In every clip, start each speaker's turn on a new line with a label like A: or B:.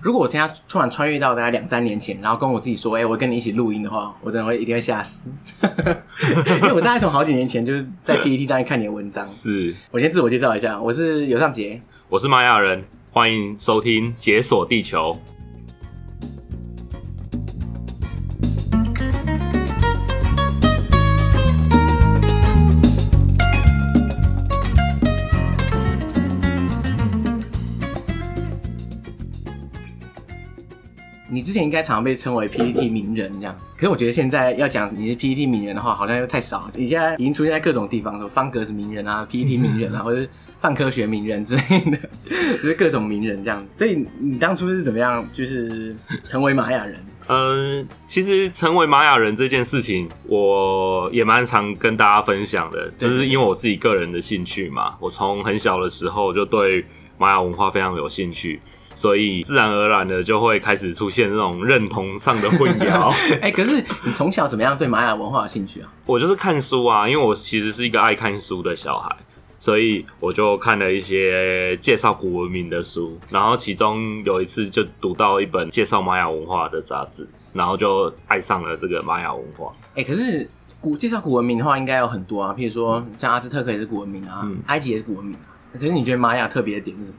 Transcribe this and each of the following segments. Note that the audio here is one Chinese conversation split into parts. A: 如果我现在突然穿越到大概两三年前，然后跟我自己说，哎、我跟你一起录音的话，我真的会一定会吓死， 因为我大概从好几年前就是在 PPT 上面看你的文章。
B: 是，
A: 我先自我介绍一下，我是尤尚杰，
B: 我是玛雅人，欢迎收听《解锁地球》。
A: 你之前应该常被称为 PPT 名人这样，可是我觉得现在要讲你是 PPT 名人的话，好像又太少。你现在已经出现在各种地方，什么方格子名人啊、PPT 名人啊，或者是泛科学名人之类的，就是各种名人这样。所以你当初是怎么样，就是成为玛雅人？
B: 嗯，其实成为玛雅人这件事情，我也蛮常跟大家分享的，
A: 对
B: 就是因为我自己个人的兴趣嘛。我从很小的时候就对玛雅文化非常有兴趣，所以自然而然的就会开始出现这种认同上的混淆。
A: 哎、可是你从小怎么样对玛雅文化有兴趣啊？
B: 我就是看书啊，因为我其实是一个爱看书的小孩，所以我就看了一些介绍古文明的书，然后其中有一次就读到一本介绍玛雅文化的杂志，然后就爱上了这个玛雅文化。
A: 哎、可是古介绍古文明的话，应该有很多啊，譬如说像阿兹特克也是古文明啊，
B: 嗯
A: 埃及也是古文明啊。可是你觉得玛雅特别的点是什么？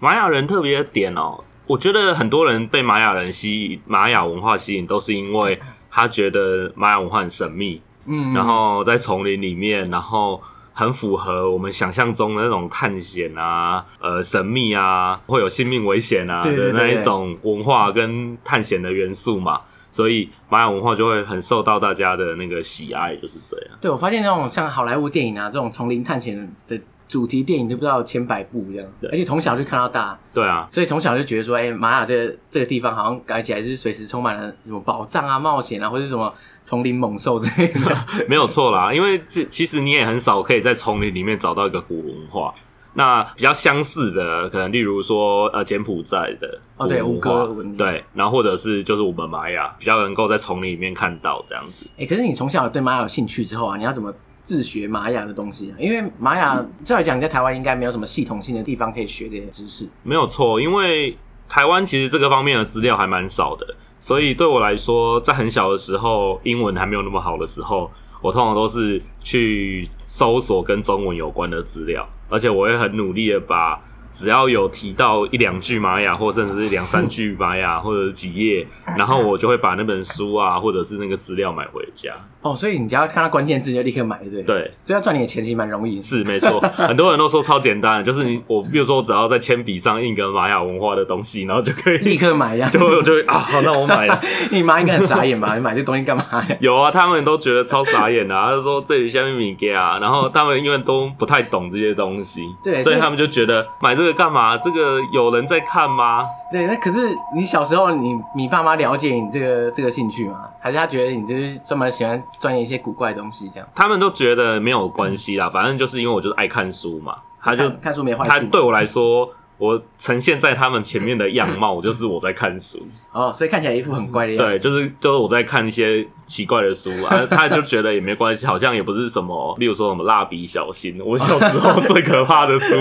B: 玛雅人特别的点哦，我觉得很多人被玛雅人吸引，玛雅文化吸引，都是因为他觉得玛雅文化很神秘，
A: 嗯，
B: 然后在丛林里面，然后很符合我们想象中的那种探险啊、呃神秘啊，会有性命危险啊
A: 对对
B: 的那
A: 对
B: 一种文化跟探险的元素嘛，所以玛雅文化就会很受到大家的那个喜爱，就是这样。
A: 对，我发现那种像好莱坞电影啊，这种丛林探险的主题电影都不知道有千百部这样，
B: 对
A: 而且从小就看到大，
B: 对啊，
A: 所以从小就觉得说，哎、玛雅这个这个地方好像感觉起来就是随时充满了什么宝藏啊、冒险啊，或者是什么丛林猛兽之类的。
B: 没有错啦，因为这其实你也很少可以在丛林里面找到一个古文化。那比较相似的，可能例如说呃柬埔寨的
A: 哦对
B: 古文
A: 吴哥
B: 化
A: 文明
B: 对，然后或者是就是我们玛雅比较能够在丛林里面看到这样子。
A: 哎、可是你从小对玛雅有兴趣之后啊，你要怎么自学玛雅的东西啊？因为玛雅
B: 嗯
A: 照理讲，你在台湾应该没有什么系统性的地方可以学这些知识。
B: 没有错，因为台湾其实这个方面的资料还蛮少的，所以对我来说，在很小的时候，英文还没有那么好的时候，我通常都是去搜索跟中文有关的资料，而且我会很努力的把只要有提到一两句玛雅，或甚至是两三句玛雅，或者是几页，然后我就会把那本书啊，或者是那个资料买回家。
A: 哦，所以你只要看到关键字就立刻买，对不对？。
B: 对，
A: 所以要赚你的钱其实蛮容易。
B: 是没错，很多人都说超简单的，就是你我，比如说我只要在铅笔上印个玛雅文化的东西，然后就可以
A: 立刻买呀！
B: 就我就会啊，好，那我买了。
A: 你妈应该很傻眼吧？你买这东西干嘛呀？
B: 有啊，他们都觉得超傻眼的、啊，他就说这里下面米给啊，然后他们因为都不太懂这些东西，
A: 对
B: 所
A: 所以
B: 以他们就觉得买这个干嘛？这个有人在看吗？
A: 对，那可是你小时候你，你爸妈了解你这个这个兴趣吗？还是他觉得你就是专门喜欢钻一些古怪的东西这样？
B: 他们都觉得没有关系啦，反正就是因为我就是爱看书嘛，他就
A: 看看书没坏
B: 他
A: 处嘛，
B: 对我来说，我呈现在他们前面的样貌，就是我在看书，
A: 哦，所以看起来一副很乖的样子。
B: 对，就是就是我在看一些奇怪的书 啊，他就觉得也没关系，好像也不是什么，例如说什么蜡笔小新，我小时候最可怕的书，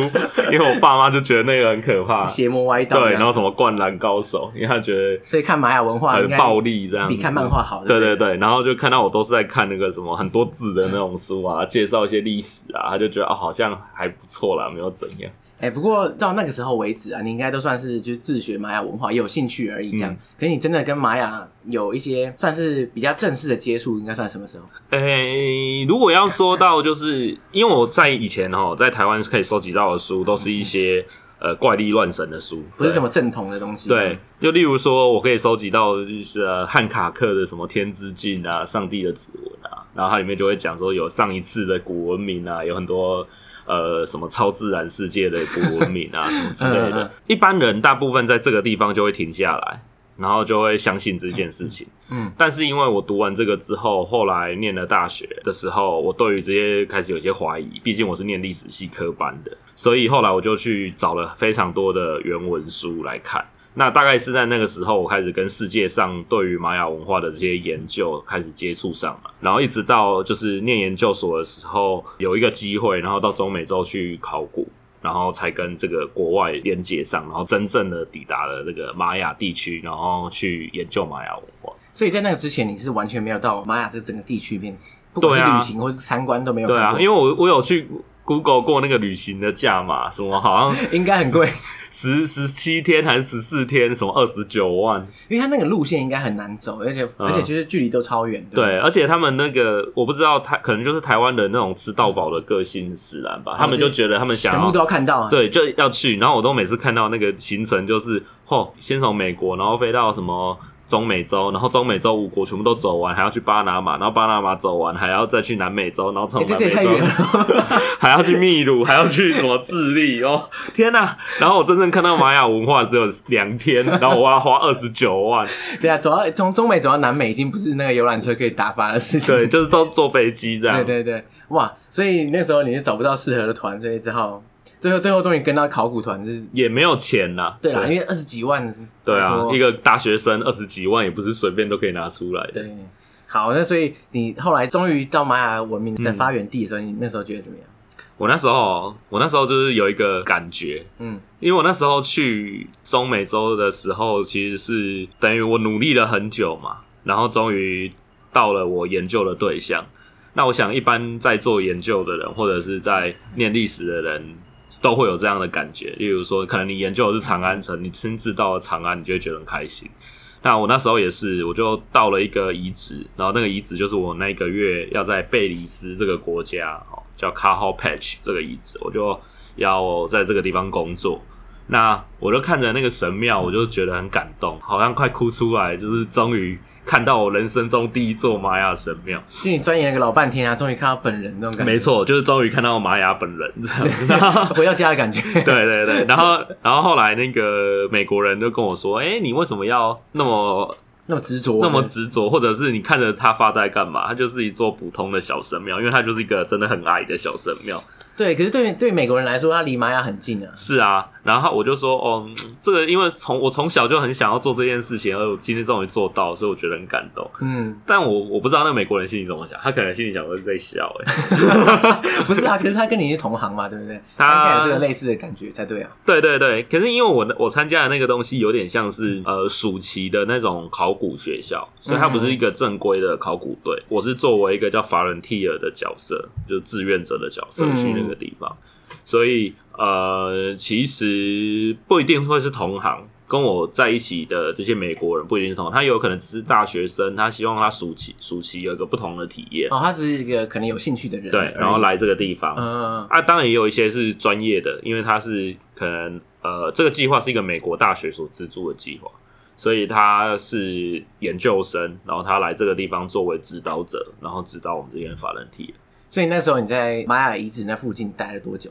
B: 因为我爸妈就觉得那个很可 怕，
A: 邪魔歪道这
B: 对，
A: 样。
B: 然后什么灌篮高手，因为他觉得
A: 所以看玛雅文化应
B: 很
A: 该
B: 暴力这样，
A: 比看漫。画好。
B: 对
A: 不
B: 对对，然后就看到我都是在看那个什么很多字的那种书啊，介绍一些历史啊，他就觉得哦好像还不错啦，没有怎样。
A: 哎、不过到那个时候为止啊，你应该都算是就是自学玛雅文化，也有兴趣而已这样。
B: 嗯
A: 可是你真的跟玛雅有一些算是比较正式的接触，应该算什么时候？
B: 诶、如果要说到，就是因为我在以前哦，在台湾可以收集到的书，都是一些呃怪力乱神的书，
A: 嗯不是什
B: 么
A: 么正统的东西。
B: 对，，就例如说，我可以收集到就是呃汉卡克的什么《天之镜》啊，《上帝的指纹》啊，然后它里面就会讲说有上一次的古文明啊，有很多。呃，什么超自然世界的古 文明啊，什么之类
A: 嗯嗯嗯
B: 的，一般人大部分在这个地方就会停下来，然后就会相信这件事情。
A: 嗯，
B: 但是因为我读完这个之后，后来念了大学的时候，我对于这些开始有些怀疑，毕竟我是念历史系科班的，所以后来我就去找了非常多的原文书来看。那大概是在那个时候，我开始跟世界上对于玛雅文化的这些研究开始接触上嘛，然后一直到就是念研究所的时候，有一个机会，然后到中美洲去考古。然后才跟这个国外连接上，然后真正的抵达了这个玛雅地区，然后去研究玛雅文化。
A: 所以在那个之前，你是完全没有到玛雅这整个地区里面，不
B: 对
A: 管
B: 啊
A: 是旅行或是参观都没有
B: 对
A: 看
B: 啊，
A: 过。
B: 因为我我有去 Google 过那个旅行的价码，什么好像
A: 应该很贵，
B: 十十七天还是十四天，什么二十九万，
A: 因为它那个路线应该很难走，而且、而且就是距离都超远。不
B: 嗯对，而且他们那个我不知道台可能就是台湾的那种吃到饱的个性使然吧，他们就觉得他们
A: 嗯
B: 想
A: 全部
B: 要
A: 都要看到啊。
B: 对，就要去。然后我都每次看到那个行程，就是哦，先从美国，然后飞到什么中美洲，然后中美洲五国全部都走完，还要去巴拿马，然后巴拿马走完，还要再去南美洲，然后从
A: 哎，这
B: 南
A: 这
B: 美
A: 也太
B: 洲、
A: 远了。
B: 还要去秘鲁，还要去什么智利哦，天哪、然后我真正看到玛雅文化只有两天，然后我要花二十九万，
A: 对啊，走到从中美走到南美，已经不是那个游览车可以打发的事情。
B: 对，就是都坐飞机这样。
A: 对对对，哇！所以那时候你是找不到适合的团，所以只好最后最后终于跟到考古团，就是
B: 也没有钱啦，
A: 对啦，因为二十几万，
B: 对啊
A: 很，多
B: 一个大学生二十几万也不是随便都可以拿出来的。
A: 对。好，那所以你后来终于到玛雅文明的发源地的时候，你那时候觉得怎么样？
B: 我那时候，我那时候就是有一个感觉，
A: 嗯，
B: 因为我那时候去中美洲的时候，其实是等于我努力了很久嘛，然后终于到了我研究的对象。那我想，一般在做研究的人，或者是在念历史的人，都会有这样的感觉。例如说，可能你研究的是长安城，你亲自到了长安，你就会觉得很开心。那我那时候也是，我就到了一个遗址，然后那个遗址就是我那个月要在贝里斯这个国家哦，叫 c a h o Patch 这个遗址，我就要在这个地方工作。那我就看着那个神庙，我就觉得很感动，好像快哭出来，就是终于看到我人生中第一座玛雅神庙。
A: 就你钻研了个老半天啊，终于看到本人那种感觉，
B: 没错，就是终于看到玛雅本人这样。然后
A: 回到家的感觉。
B: 对对对，然后然后后来那个美国人就跟我说：“哎、你为什么要那么
A: 那么执着，
B: 那么执着，或者是你看着他发呆干嘛？他就是一座普通的小神庙，因为他就是一个真的很矮的小神庙。
A: 对，可是对对美国人来说，他离玛雅很近啊。
B: 是啊，然后我就说，哦，嗯这个因为从我从小就很想要做这件事情，而我今天终于做到，所以我觉得很感动。
A: 嗯，
B: 但我我不知道那美国人心里怎么想，他可能心里想说在笑、欸，
A: 不是啊，可是他跟你是同行嘛，对不对？
B: 他
A: 他应该有这个类似的感觉才对啊。
B: 对对对。可是因为我我参加的那个东西有点像是呃暑期的那种考古学校，所以它不是一个正规的考古队，我是作为一个叫法伦蒂尔的角色，就是志愿者的角色去那个地方。所以呃，其实不一定会是同行，跟我在一起的这些美国人不一定是同行，他有可能只是大学生，他希望他暑期暑期有一个不同的体验，
A: 哦，他只是一个可能有兴趣的人，
B: 对，然后，来这个地方，
A: 嗯，
B: 啊，当然也有一些是专业的，因为它是可能呃，这个计划是一个美国大学所资助的计划，所以他是研究生，然后他来这个地方作为指导者，然后指导我们这边法兰体。
A: 所以那时候你在玛雅遗址那附近待了多久？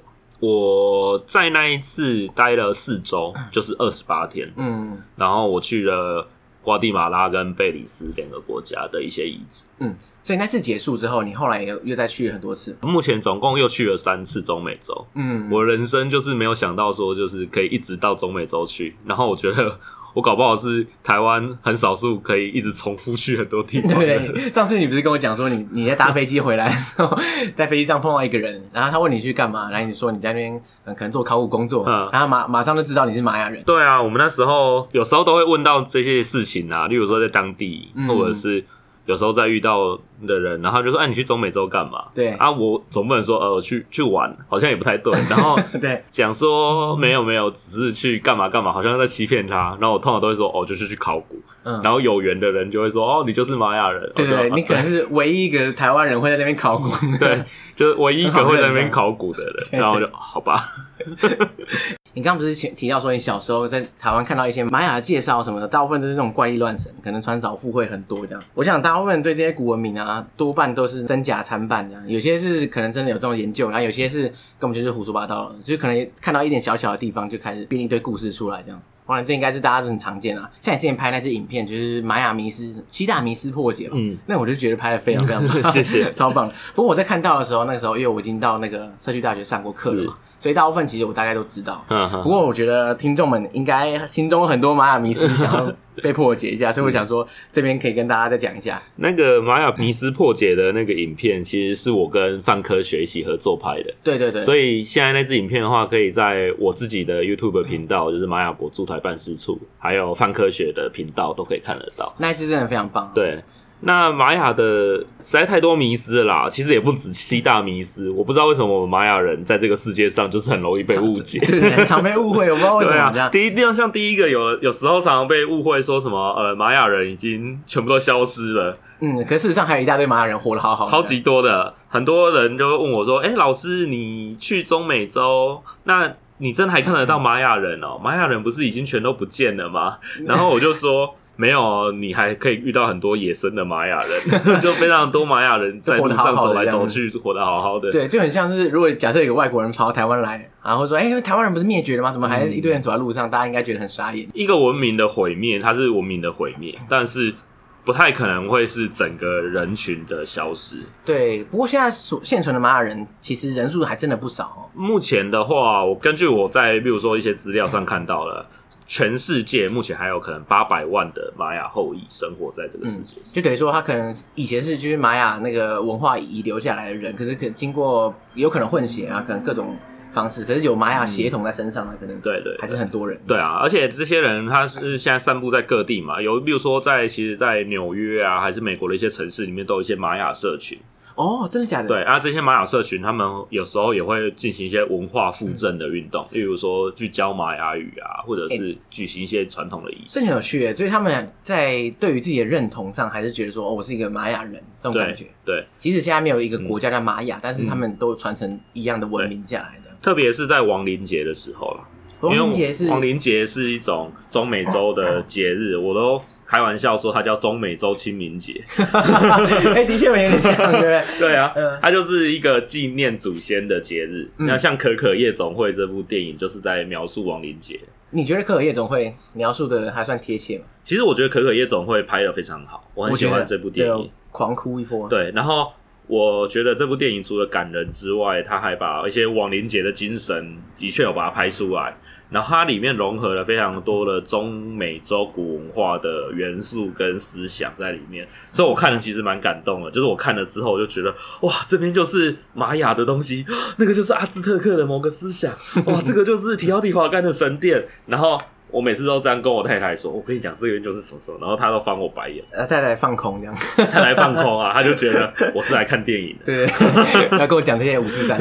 B: 我在那一次待了四周，就是二十八天，
A: 嗯
B: 然后我去了瓜地马拉跟贝里斯两个国家的一些遗址。
A: 嗯，所以那次结束之后，你后来又又再去了很多次。
B: 目前总共又去了三次中美洲，
A: 嗯，
B: 我人生就是没有想到说，就是可以一直到中美洲去。然后我觉得我搞不好是台湾很少数可以一直重复去很多地方的 人。
A: 对，上次你不是跟我讲说你你在搭飞机回来的 时候，在飞机上碰到一个人，然后他问你去干嘛，然后你说你在那边、呃可能做考古工作，
B: 嗯
A: 然后马马上就知道你是玛雅人。
B: 对啊，我们那时候有时候都会问到这些事情啊，例如说在当地，
A: 嗯
B: 或者是有时候在遇到的人，然后他就说：“哎、你去中美洲干嘛？”
A: 对
B: 啊，我总不能说呃我去去玩，好像也不太对。然后
A: 对，
B: 讲说
A: 嗯
B: 没有没有，只是去干嘛干嘛，好像在欺骗他。然后我通常都会说：“哦，就是去考古。”
A: 嗯
B: 然后有缘的人就会说：“哦，你就是玛雅人。我
A: 对
B: 就”
A: 对，
B: 啊
A: 你可能是唯一一个台湾人会在那边考古。
B: 对，就是唯一一个会在那边考古 的人，
A: 很
B: 然后
A: 好
B: 我
A: 认
B: 就好 吧，
A: 你刚刚不是前提到说你小时候在台湾看到一些玛雅的介绍什么的，大部分都是这种怪力乱神，可能穿凿附会很多这样。我想大部分人对这些古文明啊，多半都是真假参半这样，有些是可能真的有这种研究，然后有些是根本就是胡说八道了，就是可能看到一点小小的地方就开始编一堆故事出来这样。当然，这应该是大家都很常见啊。像你之前拍那支影片，就是玛雅迷失七大迷失破解嘛，
B: 嗯，
A: 那我就觉得拍的非常非常棒，
B: 谢谢
A: 超棒。不过我在看到的时候，那个时候因为我已经到那个社区大学上过课了嘛，所以大部分其实我大概都知道。
B: 嗯
A: 不
B: 哼，
A: 过我觉得听众们应该心中有很多玛雅迷思，想要被破解 一下，所以我想说这边可以跟大家再讲一下。
B: 那个玛雅迷思破解的那个影片，其实是我跟范科学一起合作拍的。
A: 对对对，
B: 所以现在那支影片的话，可以在我自己的 YouTube 频道，就是玛雅国驻台办事处，还有范科学的频道都可以看得到。
A: 那一次真的非常棒。
B: 对，那玛雅的实在太多迷思了啦，其实也不止七大迷思。我不知道为什么我们玛雅人在这个世界上就是很容易被误解。
A: 对对，对常被误会，我不知道为什
B: 对
A: 么这
B: 啊，
A: 样。
B: 第一像像第一个有有时候常常被误会说什么呃玛雅人已经全部都消失了，
A: 嗯，可事实上还有一大堆玛雅人活得好好的，
B: 超级多的，很多人就会问我说：“哎、老师，你去中美洲，那你真的还看得到玛雅人哦？玛雅人不是已经全都不见了吗？”然后我就说。没有，你还可以遇到很多野生的玛雅人， 就非常多玛雅人在路上走来走去，活得好好的。
A: 对，就很像是如果假设有个外国人跑到台湾来，然后说：“哎、台湾人不是灭绝了吗？怎么还一堆人走在路上？”大家应该觉得很傻眼。
B: 一个文明的毁灭，它是文明的毁灭，但是不太可能会是整个人群的消失。
A: 对，不过现在所现存的玛雅人其实人数还真的不少哦。
B: 目前的话，我根据我在比如说一些资料上看到了，全世界目前还有可能八百万的玛雅后裔生活在这个世界上。
A: 就等于说他可能以前是就是玛雅那个文化遗留下来的人，可是可经过有可能混血啊，可能各种方式，可是有玛雅血统在身上啊呢，可能
B: 对对
A: 还是很多人。
B: 对啊，而且这些人他是现在散布在各地嘛，有比如说在其实，在纽约啊，还是美国的一些城市里面，都有一些玛雅社群。
A: 哦，真的假的？
B: 对啊，这些玛雅社群他们有时候也会进行一些文化附赠的运动，例如说去教玛雅语啊，或者是举行一些传统的仪
A: 这
B: 式
A: 很。有趣耶，所以他们在对于自己的认同上，还是觉得说，哦，我是一个玛雅人这种
B: 对嗯
A: 感觉。
B: 对，
A: 即使现在没有一个国家叫玛雅，但是他们都传承一样的文明下来的。
B: 特别是在亡灵节的时候啦，
A: 亡灵节
B: 因
A: 是
B: 为 亡灵节是一种中美洲的节日，我都开玩笑说它叫中美洲清明节。
A: 哎、的确有点像，对不对？
B: 对啊
A: 嗯，
B: 它就是一个纪念祖先的节日。
A: 嗯
B: 那像《可可夜总会》这部电影就是在描述亡灵节。
A: 你觉得可可夜总会描述的还算贴切吗？
B: 其实我觉得《可可夜总会》拍的非常好，我很喜
A: 觉
B: 欢
A: 得
B: 这部电
A: 对
B: 影
A: 哦。狂哭一波。
B: 对，然后我觉得这部电影除了感人之外，它还把一些亡灵节的精神的确有把它拍出来。然后它里面融合了非常多的中美洲古文化的元素跟思想在里面，所以我看了其实蛮感动的。就是我看了之后，我就觉得哇，这边就是玛雅的东西， 那个就是阿兹特克的某个思想，哇，这个就是提奥蒂华干的神殿。然后我每次都这样跟我太太说，我跟你讲，这边就是什么什么，然后她都翻我白眼。
A: 呃，太太放空 这样，
B: 他来放空啊，他就觉得我是来看电影的。
A: 对，要跟我讲这些五四 三。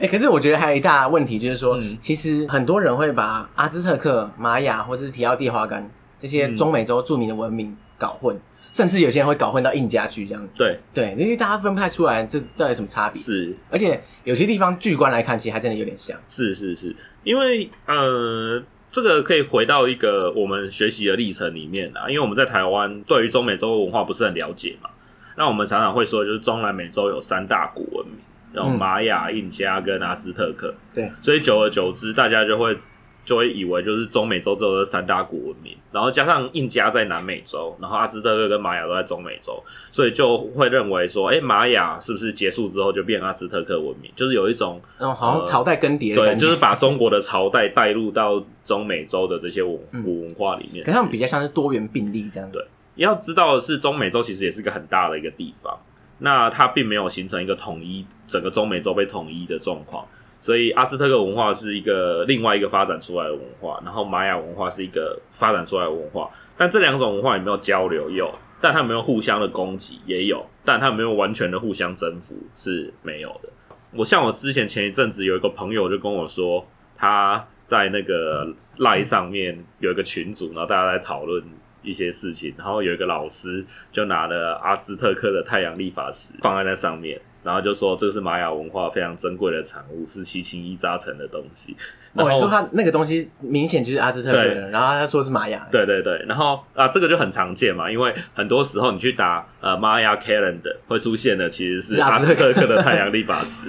A: 哎、可是我觉得还有一大问题就是说，
B: 嗯
A: 其实很多人会把阿兹特克、玛雅或是提奥蒂华干这
B: 嗯
A: 些中美洲著名的文明搞混，甚至有些人会搞混到印加区这样。
B: 对，
A: 对，因为大家分不太出来这到底有什么差别。
B: 是
A: 而且有些地方巨观来看，其实还真的有点像。
B: 是是是，因为呃，这个可以回到一个我们学习的历程里面啊，因为我们在台湾对于中美洲文化不是很了解嘛，那我们常常会说，就是中南美洲有三大古文明，有
A: 嗯
B: 玛雅、印加跟阿兹特克。
A: 对，
B: 所以久而久之，大家就会就会以为就是中美洲只有这三大古文明，然后加上印加在南美洲，然后阿兹特克跟玛雅都在中美洲，所以就会认为说，哎、玛雅是不是结束之后就变阿兹特克文明？就是有一种
A: 然后好像朝代更迭的
B: 呃对，
A: 感觉，
B: 就是把中国的朝代带入到中美洲的这些文
A: 嗯
B: 古文化里面去。
A: 可是他们比较像是多元并立这样。
B: 对要知道的是，中美洲其实也是个很大的一个地方，那它并没有形成一个统一，整个中美洲被统一的状况。所以阿兹特克文化是一个另外一个发展出来的文化，然后玛雅文化是一个发展出来的文化，但这两种文化有没有交流？有，但它有没有互相的攻击？也有，但它有没有完全的互相征服是没有的。我像我之前前一阵子有一个朋友就跟我说，他在那个 Line 上面有一个群组，然后大家在讨论一些事情，然后有一个老师就拿了阿兹特克的太阳历法石放在那上面，然后就说这是玛雅文化非常珍贵的产物，是七情一扎成的东西。然
A: 哦，
B: 后
A: 你说他那个东西明显就是阿兹特克
B: 对
A: 人，然后他说是玛雅，
B: 对对对，然后啊，这个就很常见嘛，因为很多时候你去打呃 Maya Calendar 会出现的其实 是
A: 是阿
B: 阿
A: 兹
B: 兹
A: 特
B: 特
A: 克
B: 克的太阳历法石。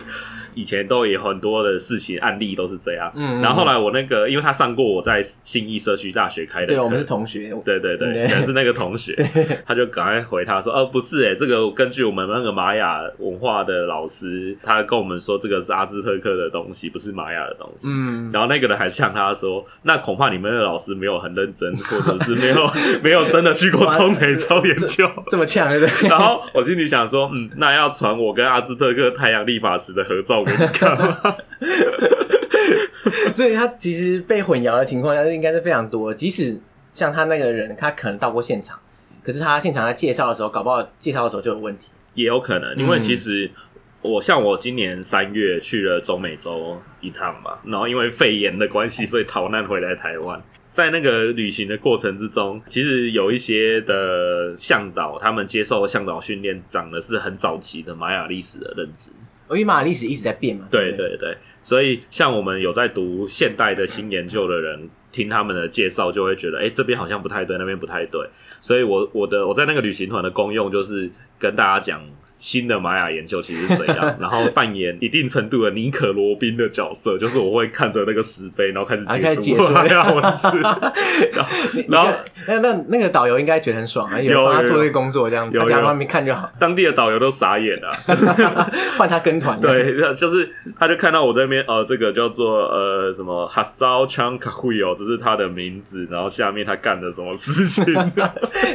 B: 以前都有很多的事情案例都是这样。
A: 嗯嗯
B: 然后后来我那个，因为他上过我在信义社区大学开的课，
A: 对我们是同学，
B: 对对对，
A: 对
B: 可能是那个同学，他就赶快回他说，呃，不是哎、这个根据我们那个玛雅文化的老师，他跟我们说这个是阿兹特克的东西，不是玛雅的东西。
A: 嗯，
B: 然后那个人还呛他说：“那恐怕你们的老师没有很认真，或者是没 有没有真的去过中美洲研究。
A: 这么呛，对不” 对？
B: 然后我心里想说：“嗯，那要传我跟阿兹特克太阳历法时的合照给你看吗？”
A: 所以他其实被混淆的情况下应该是非常多。即使像他那个人，他可能到过现场，可是他现场在介绍的时候，搞不好介绍的时候就有问题。
B: 也有可能，因为其实我像我今年三月去了中美洲一趟嘛，然后因为肺炎的关系，所以逃难回来台湾。在那个旅行的过程之中，其实有一些的向导，他们接受向导训练，讲的是很早期的玛雅历史的认知。
A: 因为玛雅历史一直在变嘛，
B: 对
A: 不对
B: 对对，所以像我们有在读现代的新研究的人，听他们的介绍就会觉得，哎、这边好像不太对，那边不太对。所以我我的我在那个旅行团的功用就是跟大家讲。新的玛雅研究其实是怎 样，然后扮演一定程度的尼可罗宾的角色，就是我会看着那个石碑，然后开始
A: 然啊后开始
B: 解
A: 解
B: 读
A: 说
B: 玛雅文 字。
A: 你
B: 然后
A: 那那那个导游应该觉得很爽啊，
B: 有
A: 有人帮他
B: 有
A: 做
B: 有
A: 这个工作，这样
B: 有
A: 大家
B: 有
A: 旁边看就好，
B: 当地的导游都傻眼啊了、
A: 换他跟团。，
B: 对，就是他就看到我这边，呃，这个叫做呃什么 Hasao Chang Kahuyo，这是他的名字，然后下面他干的什么事情，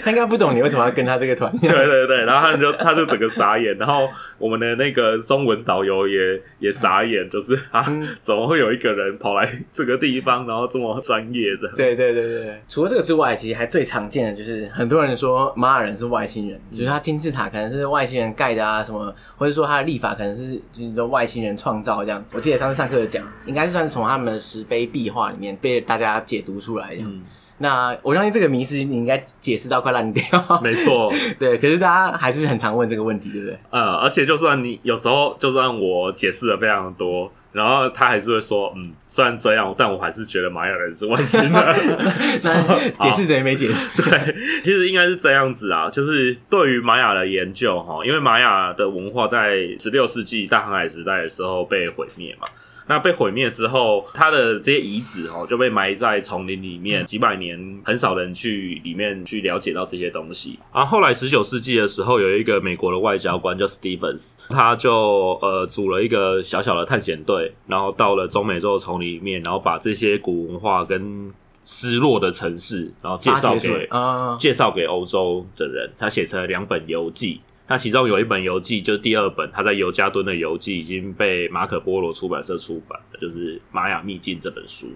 A: 他应该不懂你为什么要跟他这个团。
B: 对对对，然后他就他就整个傻眼，然后我们的那个中文导游也也傻眼，就是啊，怎么会有一个人跑来这个地方，然后这么专业这样？
A: 对对对对对，除了这个之外，其实还最常见的就是很多人说玛雅人是外星人，就是他金字塔可能是外星人盖的啊，什么，或者说他的历法可能是就是说外星人创造这样。我记得上次上课有讲，应该是算是从他们的石碑壁画里面被大家解读出来这样。
B: 嗯，
A: 那我相信这个迷思你应该解释到快烂掉，
B: 没错，
A: 对。可是大家还是很常问这个问题，对不 对？
B: 呃，而且就算你有时候，就算我解释的非常多，然后他还是会说，嗯，虽然这样，但我还是觉得玛雅人是外 星人。
A: 那解释等于没解释。
B: 对， 其实应该是这样子啊，就是对于玛雅的研究哈，因为玛雅的文化在十六世纪大航海时代的时候被毁灭嘛。那被毁灭之后，它的这些遗址哦就被埋在丛林里
A: 嗯
B: 面，几百年很少人去里面去了解到这些东西。然后后来十九世纪的时候，有一个美国的外交官叫 Stevens，他就呃组了一个小小的探险队，然后到了中美洲的丛林里面，然后把这些古文化跟失落的城市，然后介绍
A: 发掘出来
B: 给
A: 啊，
B: 介绍给欧洲的人，他写成了两本游记。那其中有一本游记，就是第二本，他在尤加敦的游记已经被马可波罗出版社出版了，就是《玛雅秘境》这本书。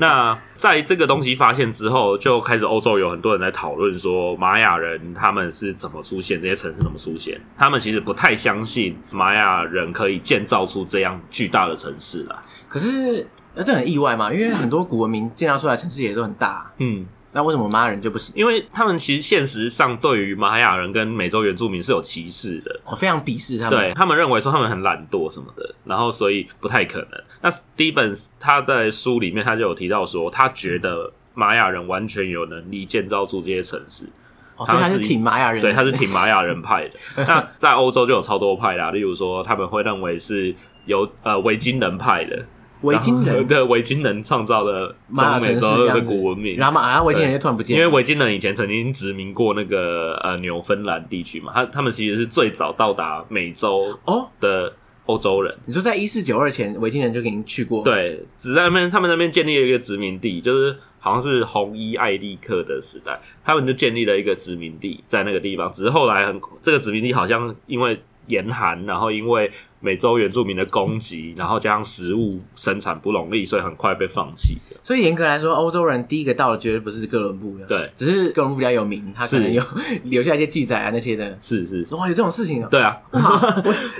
B: 那在这个东西发现之后，就开始欧洲有很多人来讨论说，玛雅人他们是怎么出现，这些城市怎么出现？他们其实不太相信玛雅人可以建造出这样巨大的城市啦。
A: 可是那这很意外嘛，因为很多古文明建造出来的城市也都很大啊、
B: 嗯，
A: 那为什么玛雅人就不行？
B: 因为他们其实现实上对于玛雅人跟美洲原住民是有歧视的。
A: 哦我非常鄙视他们。
B: 对，他们认为说他们很懒惰什么的，然后所以不太可能。那 Stevens 他在书里面他就有提到说，他觉得玛雅人完全有能力建造出这些城 市，
A: 哦，所以他是挺玛雅人的，
B: 对，他是挺玛雅人派 的。那在欧洲就有超多派啦，例如说他们会认为是由呃维京人派的
A: 维京
B: 然后
A: 人，
B: 对维京人创造的
A: 玛雅
B: 中
A: 城
B: 美
A: 市
B: 洲
A: 这
B: 的
A: 样子
B: 古文明，
A: 然后玛雅维京人就突然不见
B: 因为
A: 了，
B: 维京人以前曾经殖民过那个呃纽芬兰地区嘛，他他们其实是最早到达美洲
A: 哦，
B: 的欧洲人。
A: 你说在一四九二前维京人就已经去过，，
B: 对，只在那边他们那边建立了一个殖民地，就是好像是红衣艾利克的时代，他们就建立了一个殖民地在那个地方。只是后来很这个殖民地好像因为严寒，然后因为美洲原住民的攻击，然后加上食物生产不容易，所以很快被放弃了。
A: 所以严格来说，欧洲人第一个到的绝对不是哥伦布的，
B: 对，
A: 只是哥伦布比较有名，他可能
B: 是
A: 有 留下一些记载啊那些的。
B: 是是是，
A: 哇，有这种事情啊！
B: 对啊，
A: 哇，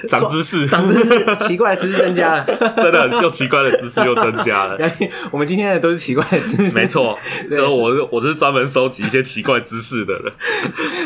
B: 长知识，
A: 长知识，奇怪的知识增加了。
B: 真的又奇怪的知识又增加了。
A: 我们今天的都是奇怪的知识，
B: 没。错，
A: 对
B: 就是我我是专门收集一些奇怪知识的人。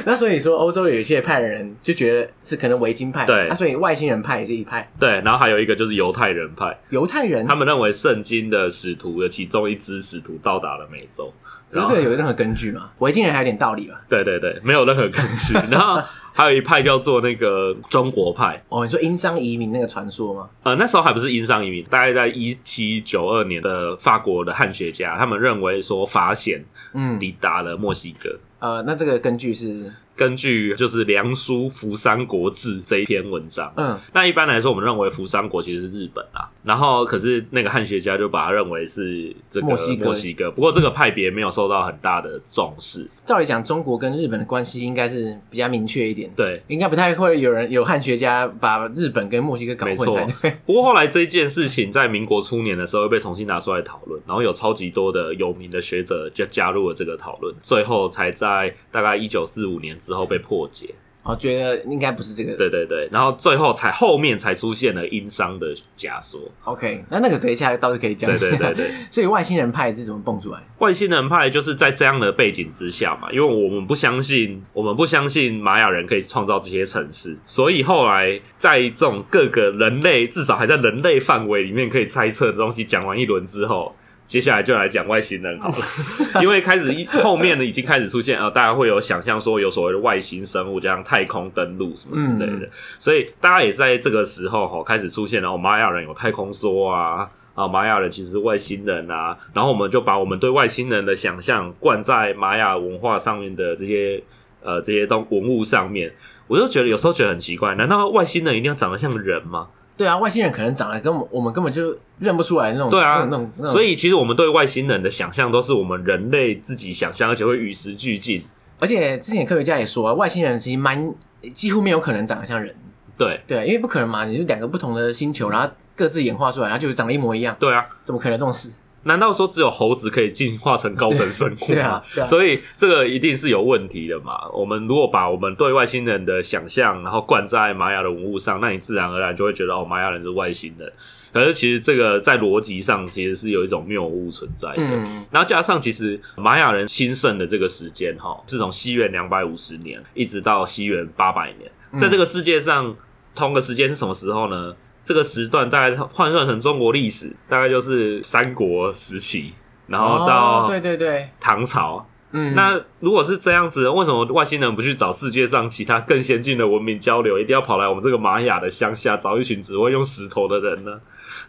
A: 那所以说，欧洲有一些派的人就觉得是可能维京派，
B: 对
A: 那所以外星人派也是一派，
B: 对，然后还有一个就是犹太人派，
A: 犹太人
B: 他们认为圣经的使徒的其中一支使徒到达了美洲，
A: 只是
B: 然
A: 这
B: 后
A: 个有任何根据吗？维京人还有点道理吧？
B: 对对对，没有任何根据。然后还有一派叫做那个中国派，
A: 哦，你说殷商移民那个传说吗？
B: 呃，那时候还不是殷商移民，大概在一七九二年的法国的汉学家，他们认为说法显
A: 嗯，
B: 抵达了墨西哥。
A: 呃，那这个根据是，
B: 根据就是《梁书扶桑国志》这一篇文章，
A: 嗯，
B: 那一般来说，我们认为扶桑国其实是日本啊，然后可是那个汉学家就把它认为是这个
A: 墨西哥
B: 墨西哥，不过这个派别没有受到很大的重视。
A: 照理讲，中国跟日本的关系应该是比较明确一点，
B: 对，
A: 应该不太会有人有汉学家把日本跟墨西哥搞
B: 没
A: 混
B: 错
A: 才 对。
B: 不过后来这件事情在民国初年的时候又被重新拿出来讨论，然后有超级多的有名的学者就加入了这个讨论，最后才在大概一九四五年之后被破解。
A: 我哦觉得应该不是这个。
B: 对对对，然后最后才后面才出现了殷商的假说。
A: OK，那那个等一下倒是可以讲一
B: 对
A: 下。
B: 对对对。
A: 所以外星人派是怎么蹦出来？
B: 外星人派就是在这样的背景之下嘛，因为我们不相信，我们不相信玛雅人可以创造这些城市，所以后来在这种各个人类至少还在人类范围里面可以猜测的东西讲完一轮之后。接下来就来讲外星人好了，因为开始一后面的已经开始出现呃，大家会有想象说有所谓的外星生物，这样太空登陆什么之类的，所以大家也在这个时候哈、开始出现了哦，玛雅人有太空梭啊，啊，玛雅人其实是外星人啊，然后我们就把我们对外星人的想象灌在玛雅文化上面的这些呃这些东文物上面，我就觉得有时候觉得很奇怪，难道外星人一定要长得像人吗？
A: 对啊，外星人可能长得跟我们我们根本就认不出来那种，
B: 对啊
A: 那种那种，
B: 所
A: 以
B: 以其实我们对外星人的想象都是我们人类自己想象，而且会与时俱进。
A: 而且之前科学家也说、啊，外星人其实蛮几乎没有可能长得像人，
B: 对
A: 对，啊因为不可能嘛，你就两个不同的星球，然后各自演化出来，然后就长得一模一样，
B: 对啊，
A: 怎么可能有这种事？
B: 难道说只有猴子可以进化成高等生物吗？
A: 对啊对啊
B: 所以这个一定是有问题的嘛。我们如果把我们对外星人的想象，然后灌在玛雅的文物上，那你自然而然就会觉得哦，玛雅人是外星人。可是其实这个在逻辑上其实是有一种谬误存在的。
A: 嗯，
B: 然后加上，其实玛雅人兴盛的这个时间，哈，是从西元两百五十年一直到西元八百年，
A: 嗯
B: 在这个世界上，同个时间是什么时候呢？这个时段大概换算成中国历史，大概就是三国时期，然
A: 哦
B: 后到
A: 对对对，
B: 唐朝。
A: 嗯，
B: 那如果是这样子，为什么外星人不去找世界上其他更先进的文明交流，一定要跑来我们这个玛雅的乡下找一群只会用石头的人呢？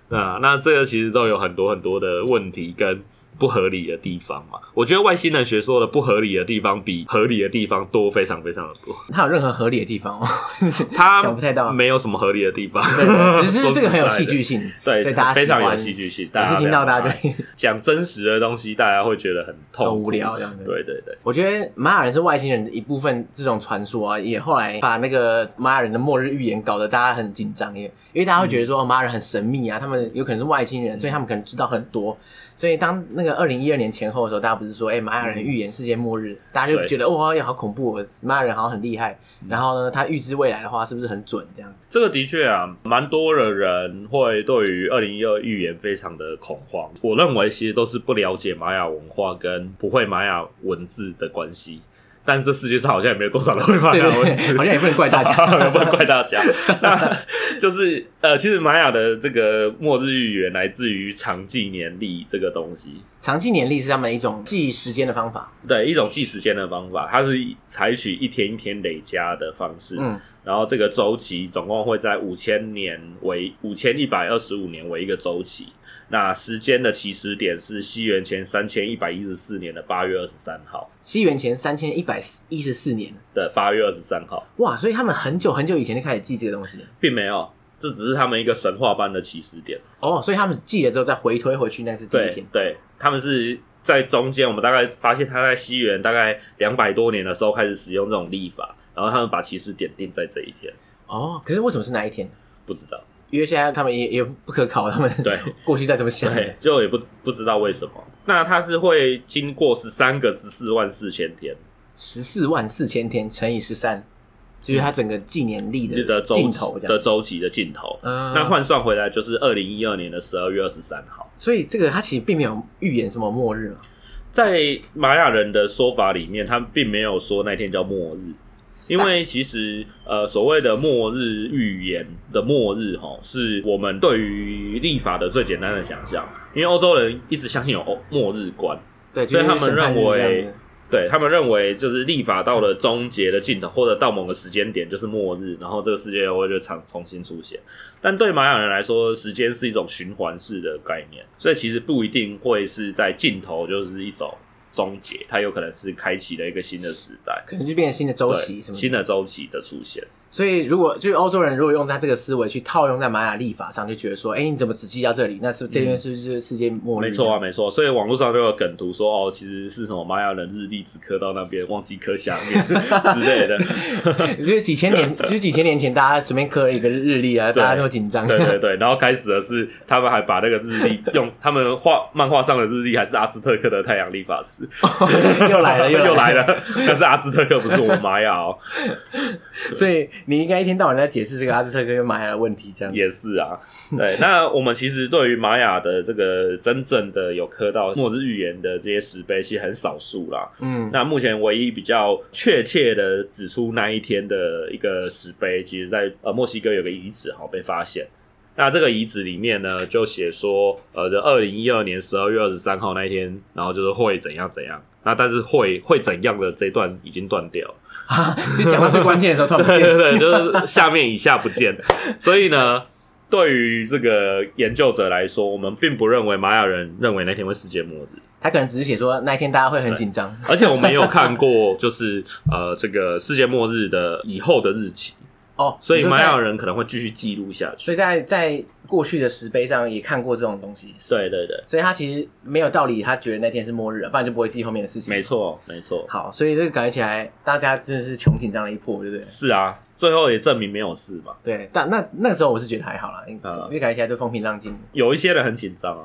B: 那那这个其实都有很多很多的问题跟不合理的地方嘛。我觉得外星人学说的不合理的地方比合理的地方多，非常非常的多。
A: 它有任何合理的地 方吗？哦
B: 他
A: 想不太到
B: 没有什么合理的地方，
A: 对只
B: 说
A: 是
B: 实
A: 这个很有
B: 在的
A: 戏剧，性，
B: 对，
A: 所以大家
B: 非
A: 喜
B: 常有
A: 欢。
B: 戏剧性。
A: 每
B: 大家
A: 次听到大家
B: 非常
A: 就
B: 爱讲真实的东西，大家会觉得很痛
A: 很
B: 苦
A: 无聊这样子。
B: 对对对。
A: 我觉得玛雅人是外星人的一部分，这种传说啊，也后来把那个玛雅人的末日预言搞得大家很紧张，也因为大家会觉得说哦玛雅人很神秘啊，他们有可能是外星人，所以他们可能知道很多。所以当那个二零一二年前后的时候，大家不是说哎玛雅人预言世界末日，大家就
B: 对
A: 觉得哇好恐怖、哦，玛雅人好像很厉害。然后呢，他预知未来的话是不是很准这样子？
B: 这个的确啊，蛮多的人会对于二零一二预言非常的恐慌。我认为其实都是不了解玛雅文化跟不会玛雅文字的关系。但是这世界上好像也没有多少人会 玛
A: 对
B: 雅
A: 对
B: 文
A: 对，
B: 字，
A: 好像也不能怪大
B: 好
A: 家。
B: 不能怪大家。那就是呃，其实玛雅的这个末日预言来自于长纪年历这个东西。
A: 长期年历是他们一种记忆时间的方法。
B: 对，一种计时间的方法，它是采取一天一天累加的方式，
A: 嗯，
B: 然后这个周期总共会在五千年为五千一百二十五年为一个周期。那时间的起始点是西元前三千一百一十四年的八月二十三号
A: 西元前三千一百一十四年。
B: 的八月二十三号，
A: 哇，所以他们很久很久以前就开始记这个东西
B: 并没有，这只是他们一个神话般的起始点。
A: 哦，所以他们记了之后再回推回去，那是第一
B: 对
A: 天。
B: 对，他们是在中间，我们大概发现他在西元大概两百多年的时候开始使用这种历法，然后他们把起始点定在这一天，
A: 哦，可是为什么是那一天？哦
B: 不知道。
A: 因为现在他们也也不可考，他们
B: 对
A: 过去再怎么想，
B: 对，就也不不知道为什么。那它是会经过十三个十四万四千天
A: 十四万四千天乘以十三，就是他整个纪年历
B: 嗯的
A: 的
B: 周
A: 尽
B: 期
A: 头这
B: 的
A: 样。
B: 周期的尽头。
A: 嗯，
B: 那换算回来就是二零一二年的十二月二十三号。
A: 所以这个他其实并没有预言什么末日嘛，
B: 在玛雅人的说法里面，他们并没有说那天叫末日，因为其实呃所谓的末日预言的末日哈，是我们对于历法的最简单的想象，因为欧洲人一直相信有欧末日观，
A: 对，
B: 所以
A: 就是
B: 他们
A: 审判日
B: 认为
A: 这样子
B: 对他们认为，就是立法到了终结的尽头，或者到某个时间点就是末日，然后这个世界会就常重新出现。但对玛雅人来说，时间是一种循环式的概念，所以其实不一定会是在尽头就是一种终结，它有可能是开启了一个新的时代，
A: 可能就变成新的周期
B: 对
A: 什么的
B: 新的周期的出现。
A: 所以，如果就是欧洲人，如果用他这个思维去套用在玛雅历法上，就觉得说，哎、你怎么只记到这里？那是这边是不是世界末日？
B: 没错啊，，没错。所以网络上就有梗图说，哦，其实是什么玛雅人日历只刻到那边，忘记刻下面之 类的。
A: 就是几千 年，就是几千年前，大家随便刻了一个日历啊，
B: 对
A: 大家都紧 张。
B: 对对对，然后开始的是他们还把那个日历用他们画漫画上的日历，还是阿兹特克的太阳历法师，
A: 又来 了，
B: 又
A: 来
B: 来。了。但是阿兹特克不是我们玛雅哦，
A: 所以你应该一天到晚在解释这个阿兹特克跟玛雅的问题，这样子。
B: 也是 啊。对，那我们其实对于玛雅的这个真正的有刻到末日预言的这些石碑，其实很少数啦。
A: 嗯，
B: 那目前唯一比较确切的指出那一天的一个石碑，其实在呃墨西哥有个遗址哈被发现。那这个遗址里面呢，就写说，呃，就二零一二年十二月二十三号那一天，然后就是会怎样怎样。那但是会会怎样的这一段已经断掉了，
A: 就讲到最关键的时候，突然不
B: 对
A: 见了。
B: 对对，就是下面以下不见。所以呢，对于这个研究者来说，我们并不认为玛雅人认为那天会世界末日。
A: 他可能只是写说那一天大家会很紧张。
B: 而且我们也有看过，就是呃，这个世界末日的以后的日期，
A: 哦，
B: 所以
A: 你说
B: 玛
A: 在
B: 雅，人可能会继续记录下
A: 所
B: 去。
A: 以在在过去的石碑上也看过这种东西，
B: 对对对，
A: 所以他其实没有道理，他觉得那天是末日啊，不然就不会记后面的事情。
B: 没错没错，
A: 好，所以这个感觉起来，大家真的是穷紧张了一波，对不对？
B: 是啊，最后也证明没有事嘛。
A: 对，但那那个时候我是觉得还好啦，因
B: 啊
A: 因为感觉起来都风平浪静。
B: 有一些人很紧张啊，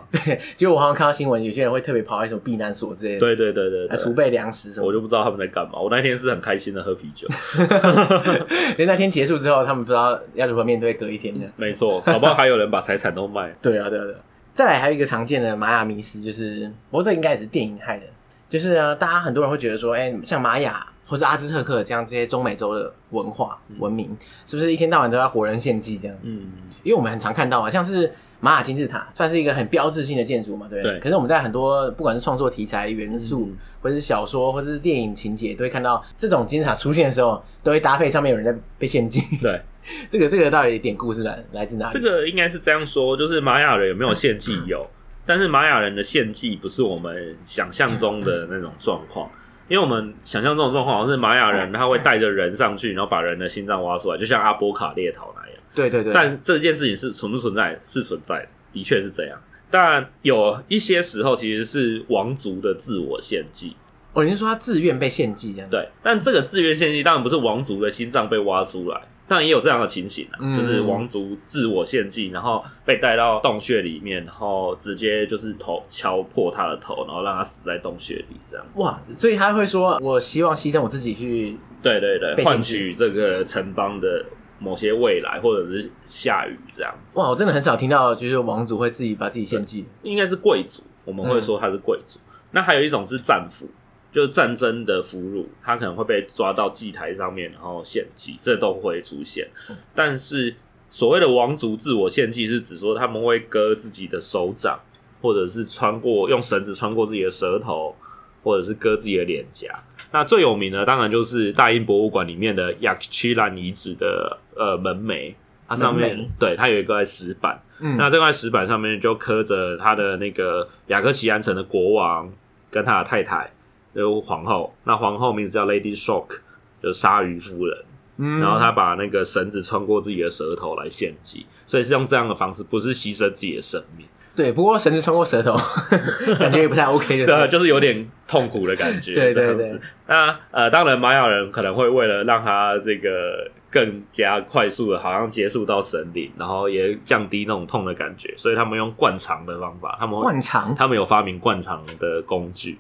A: 结果我好像看到新闻，有些人会特别跑一什么避难所之类的，，
B: 对对对对
A: 来储
B: 对，
A: 备粮食什么
B: 我就不知道他们在干嘛。我那天是很开心的喝啤酒，
A: 的。所以那天结束之后，他们不知道要如何面对隔一天的。
B: 没错，搞不好还有人把财产都卖。
A: 对啊，对啊，对啊。再来还有一个常见的玛雅迷思，就是不过这应该也是电影害的，就是呢，大家很多人会觉得说，哎、像玛雅或是阿兹特克这样这些中美洲的文化文明，是不是一天到晚都要活人献祭这样？
B: 嗯，
A: 因为我们很常看到啊，像是玛雅金字塔，算是一个很标志性的建筑嘛，对不对？
B: 对
A: 可是我们在很多不管是创作题材、元素，
B: 嗯
A: 或者是小说，或者是电影情节，都会看到这种金字塔出现的时候，都会搭配上面有人在被献祭。
B: 对，
A: 这个这个到底典故是来来自哪里？
B: 这个应该是这样说，就是玛雅人有没有献祭有，但是玛雅人的献祭不是我们想象中的那种状况，因为我们想象中的状况好像是玛雅人他会带着人上去，然后把人的心脏挖出来，就像阿波卡列陶那样。
A: 对对对，
B: 但这件事情是存不存在？是存在的，的确是这样。但有一些时候其实是王族的自我献祭，
A: 哦，你是说他自愿被献祭这样？，
B: 对，但这个自愿献祭当然不是王族的心脏被挖出来，当然也有这样的情形啊，
A: 嗯
B: 就是王族自我献祭，然后被带到洞穴里面，然后直接就是头敲破他的头，然后让他死在洞穴里，这样。
A: 哇，所以他会说，我希望牺牲我自己去，
B: 对对对，
A: 被献祭
B: 换取这个城邦的某些未来，或者是下雨这样子。
A: 哇，我真的很少听到就是王族会自己把自己献祭。
B: 应该是贵族，我们
A: 嗯
B: 会说他是贵族。那还有一种是战俘，就是战争的俘虏，他可能会被抓到祭台上面，然后献祭，这都会出现。
A: 嗯
B: 但是所谓的王族自我献祭，是指说他们会割自己的手掌，或者是穿过用绳子穿过自己的舌头，或者是割自己的脸颊。那最有名的当然就是大英博物馆里面的雅克奇兰遗址的呃门楣，它上
A: 门楣
B: 面对它有一块石板，
A: 嗯，
B: 那这块石板上面就刻着他的那个雅克奇安城的国王跟他的太太，就是皇后。那皇后名字叫 Lady Shock，就是鲨鱼夫人。
A: 嗯
B: 然后他把那个绳子穿过自己的舌头来献祭，所以是用这样的方式，不是牺牲自己的生命。
A: 嗯对，不过绳子穿过舌头， 感觉也不太 OK 的。
B: 对，就是有点痛苦的感 觉。
A: 对对对
B: 这样子。那呃，当然，玛雅人可能会为了让他这个更加快速的，好像接触到神灵，然后也降低那种痛的感觉，所以他们用灌肠的方法，他们会
A: 灌肠，
B: 他们有发明灌肠的工具，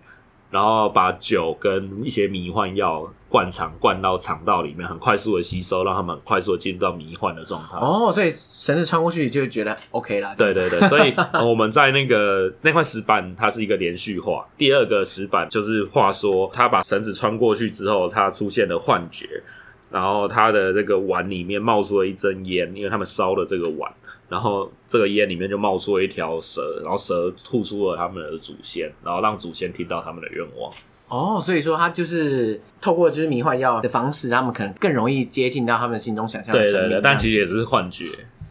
B: 然后把酒跟一些迷幻药灌肠灌到肠道里面，很快速的吸收，让他们很快速的进入到迷幻的状态。
A: 哦，所以绳子穿过去就觉得 OK 啦。，
B: 啊对对对，所 以、呃我们在那个那块石板，它是一个连续画。第二个石板就是画说，他把绳子穿过去之后，他出现了幻觉。然后他的这个碗里面冒出了一阵烟，因为他们烧了这个碗，然后这个烟里面就冒出了一条蛇，然后蛇吐出了他们的祖先，然后让祖先听到他们的愿望。
A: 哦，所以说他就是透过就是迷幻药的方式，他们可能更容易接近到他们心中想象的
B: 对
A: 生命啊这
B: 对对，
A: 样。
B: 但其实也只是幻觉。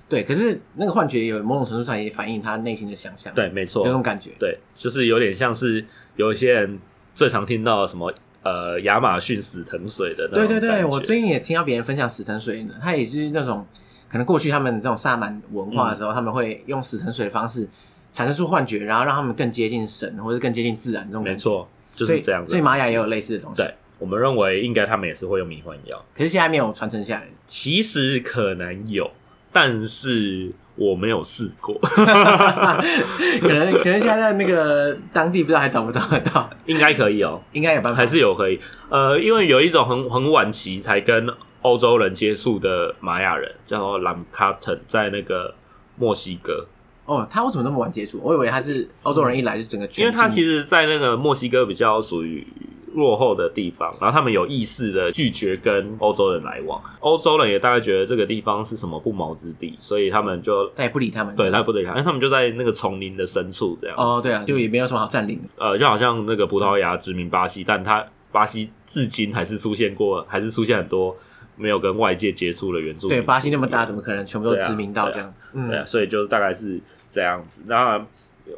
A: 对，可是那个幻觉有某种程度上也反映他内心的想象，，
B: 对，没错，
A: 就那种感觉。
B: 对，就是有点像是有一些人最常听到的什么呃亚马逊死藤水的那
A: 对
B: 种
A: 对对，
B: 感觉嗯
A: 我最近也听到别人分享死藤水呢，他也是那种可能过去他们这种萨满文化的时候，他们会用死藤水的方式产生出幻觉，然后让他们更接近神或者更接近自然这种
B: 没
A: 感觉。
B: 错，嗯就
A: 所
B: 是
A: 以
B: 这样子。
A: 所以玛雅也有类似的东西，
B: 对，我们认为应该他们也是会用迷幻药，
A: 可是现在没有传承下来。
B: 其实可能有，但是我没有试过，
A: 可能可能现在在那个当地不知道还找不找得到，
B: 应该可以哦、
A: 应该有办法。
B: 还是有可以。呃，因为有一种很很晚期才跟欧洲人接触的玛雅人，叫做兰卡腾，在那个墨西哥。
A: 哦，他为什么那么晚接触？我以为他是欧洲人一来就整个全
B: 因为他其
A: 实
B: 实，在那个墨西哥比较属于落后的地方，然后他们有意识的拒绝跟欧洲人来往。欧洲人也大概觉得这个地方是什么不毛之地，所以他们就
A: 他也不理他们。
B: 对他不对，因为他们就在那个丛林的深处这样。
A: 哦，对啊，就也没有什么好占领的。
B: 呃，就好像那个葡萄牙殖民巴西，但他巴西至今还是出现过，还是出现很多没有跟外界接触的原住民。
A: 对，巴西那么大，怎么可能全部都殖民到这样？嗯，
B: 啊对啊，所以就大概是这样子。那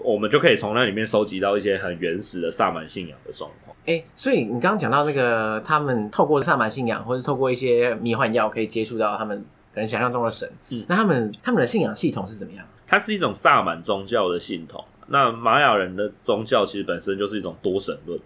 B: 我们就可以从那里面收集到一些很原始的萨满信仰的状况。
A: 哎、所以你刚刚讲到那个，他们透过萨满信仰，或是透过一些迷幻药，可以接触到他们可能想象中的神。
B: 嗯
A: 那他们他们的信仰系统是怎么样？
B: 它是一种萨满宗教的信统。那玛雅人的宗教其实本身就是一种多神论，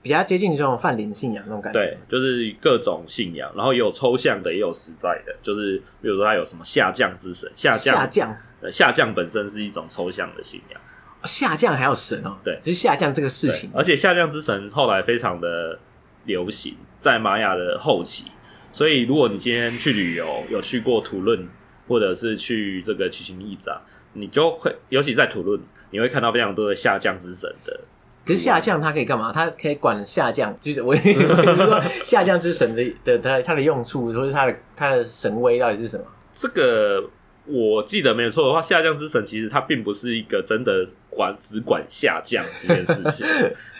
A: 比较接近这种泛灵信仰那种感觉。
B: 对，就是各种信仰，然后也有抽象的，也有实在的，就是比如说它有什么下降之神，下降
A: 下降哦
B: 呃下降本身是一种抽象的信仰，
A: 下降还有神哦、
B: 对
A: 其实下降这个事
B: 对
A: 情，
B: 而且下降之神后来非常的流行，在玛雅的后期，所以如果你今天去旅游，有去过土论，或者是去这个奇琴伊扎，你就会，尤其在土论，你会看到非常多的下降之神的
A: 可是下降它可以干嘛？它可以管下降，就是 我我是说下降之神的的它它的用处，或是它的它的神威到底是什 么？
B: 这个我记得没有错的话，下降之神其实它并不是一个真的管只管下降这件事情，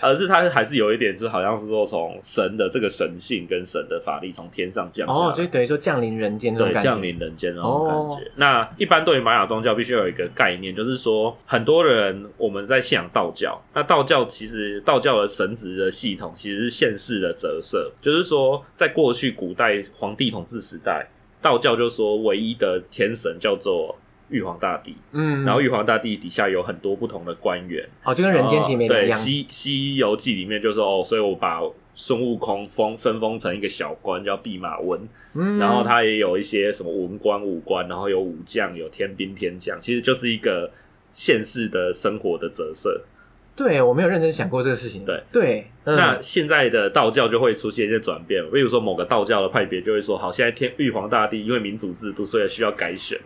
B: 而是它还是有一点，就好像是说从神的这个神性跟神的法力从天上降下来。
A: 哦，所以等于说降临人间这种
B: 对，
A: 感觉。哦
B: 降临人间那种感觉。那一般对于玛雅宗教必须有一个概念，就是说，很多人我们在信仰道教，那道教其实道教的神职的系统其实是现世的折射，就是说，在过去古代皇帝统治时代，道教就说唯一的天神叫做玉皇大帝，
A: 嗯，
B: 然后玉皇大帝底下有很多不同的官员，
A: 哦，就跟人间其实没两
B: 对，《
A: 样。
B: 西西游记》里面就说哦，所以我把孙悟空封分封成一个小官叫弼马温，
A: 嗯
B: 然后他也有一些什么文官、武官，然后有武将、有天兵天将，其实就是一个现世的生活的折射。
A: 对我没有认真想过这个事情。
B: 对
A: 对，嗯
B: 那现在的道教就会出现一些转变，比如说某个道教的派别就会说，好，现在天玉皇大帝因为民主制度，所以需要改选。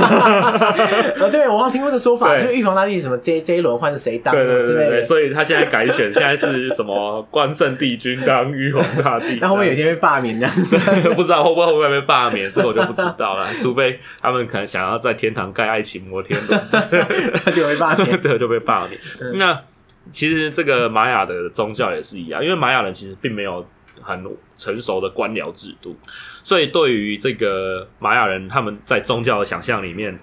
A: 呃，对我好像听过这说法，
B: 对
A: 就是玉皇大帝什么这这一轮换是谁当
B: 对
A: 什
B: 对
A: 么
B: 对
A: 之
B: 对
A: 类
B: 对，
A: 的，
B: 所以他现在改选，现在是什么关圣帝君当玉皇大 帝这样子，
A: 然后我有一天被罢免这样。
B: 不知道会不会会不会被罢免，这个我就不知道了。 除非他们可能想要在天堂盖爱情摩天轮之类的，
A: 他就被罢 免。
B: 这个就被罢免。
A: 嗯
B: 那其实这个玛雅的宗教也是一样，因为玛雅人其实并没有很成熟的官僚制度，所以对于这个玛雅人他们在宗教的想象里面，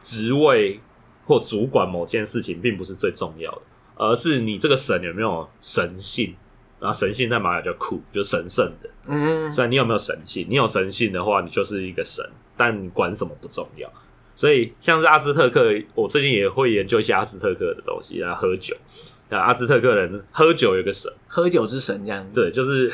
B: 职位或主管某件事情并不是最重要的，而是你这个神有没有神性。然后神性在玛雅叫酷，就是神圣的。
A: 嗯，
B: 所以你有没有神性？你有神性的话，你就是一个神，但你管什么不重要。所以像是阿兹特克，我最近也会研究一些阿兹特克的东西，然后喝酒。那阿兹特克人喝酒有个神，
A: 喝酒之神这样。
B: 对，就是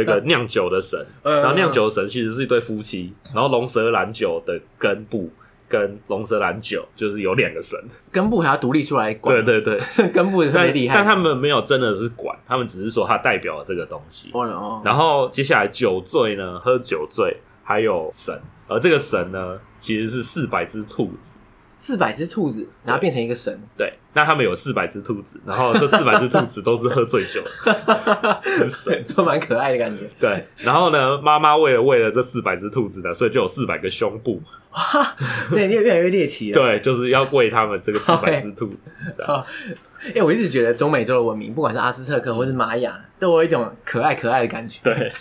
B: 一个酿酒的神。
A: 嗯，
B: 然后酿酒的神其实是一对夫妻，然后龙舌兰酒的根部跟龙舌兰酒就是有两个神。
A: 呃根部还要独立出来
B: 对
A: 管，
B: 对对，
A: 根 部特别
B: 但
A: 厉害。
B: 但他们没有真的是管，他们只是说它代表了这个东西。
A: 哦哦，
B: 然后接下来酒醉呢，喝酒醉还有神，而这个神呢，其实是四百只兔子。
A: 四百只兔子，然后变成一个神。
B: 对，那他们有四百只兔子，然后这 四百只兔子都是喝醉酒，只神。
A: 都蛮可爱的感觉。
B: 对，然后呢，妈妈为了为了这四百只兔子呢，所以就有四百个胸部，
A: 对，你也越来越猎奇了。
B: 对，就是要喂他们这个四百只兔子，这样。
A: 啊，哎、我一直觉得中美洲的文明，不管是阿兹特克或是玛雅，都有一种可爱可爱的感觉。
B: 对，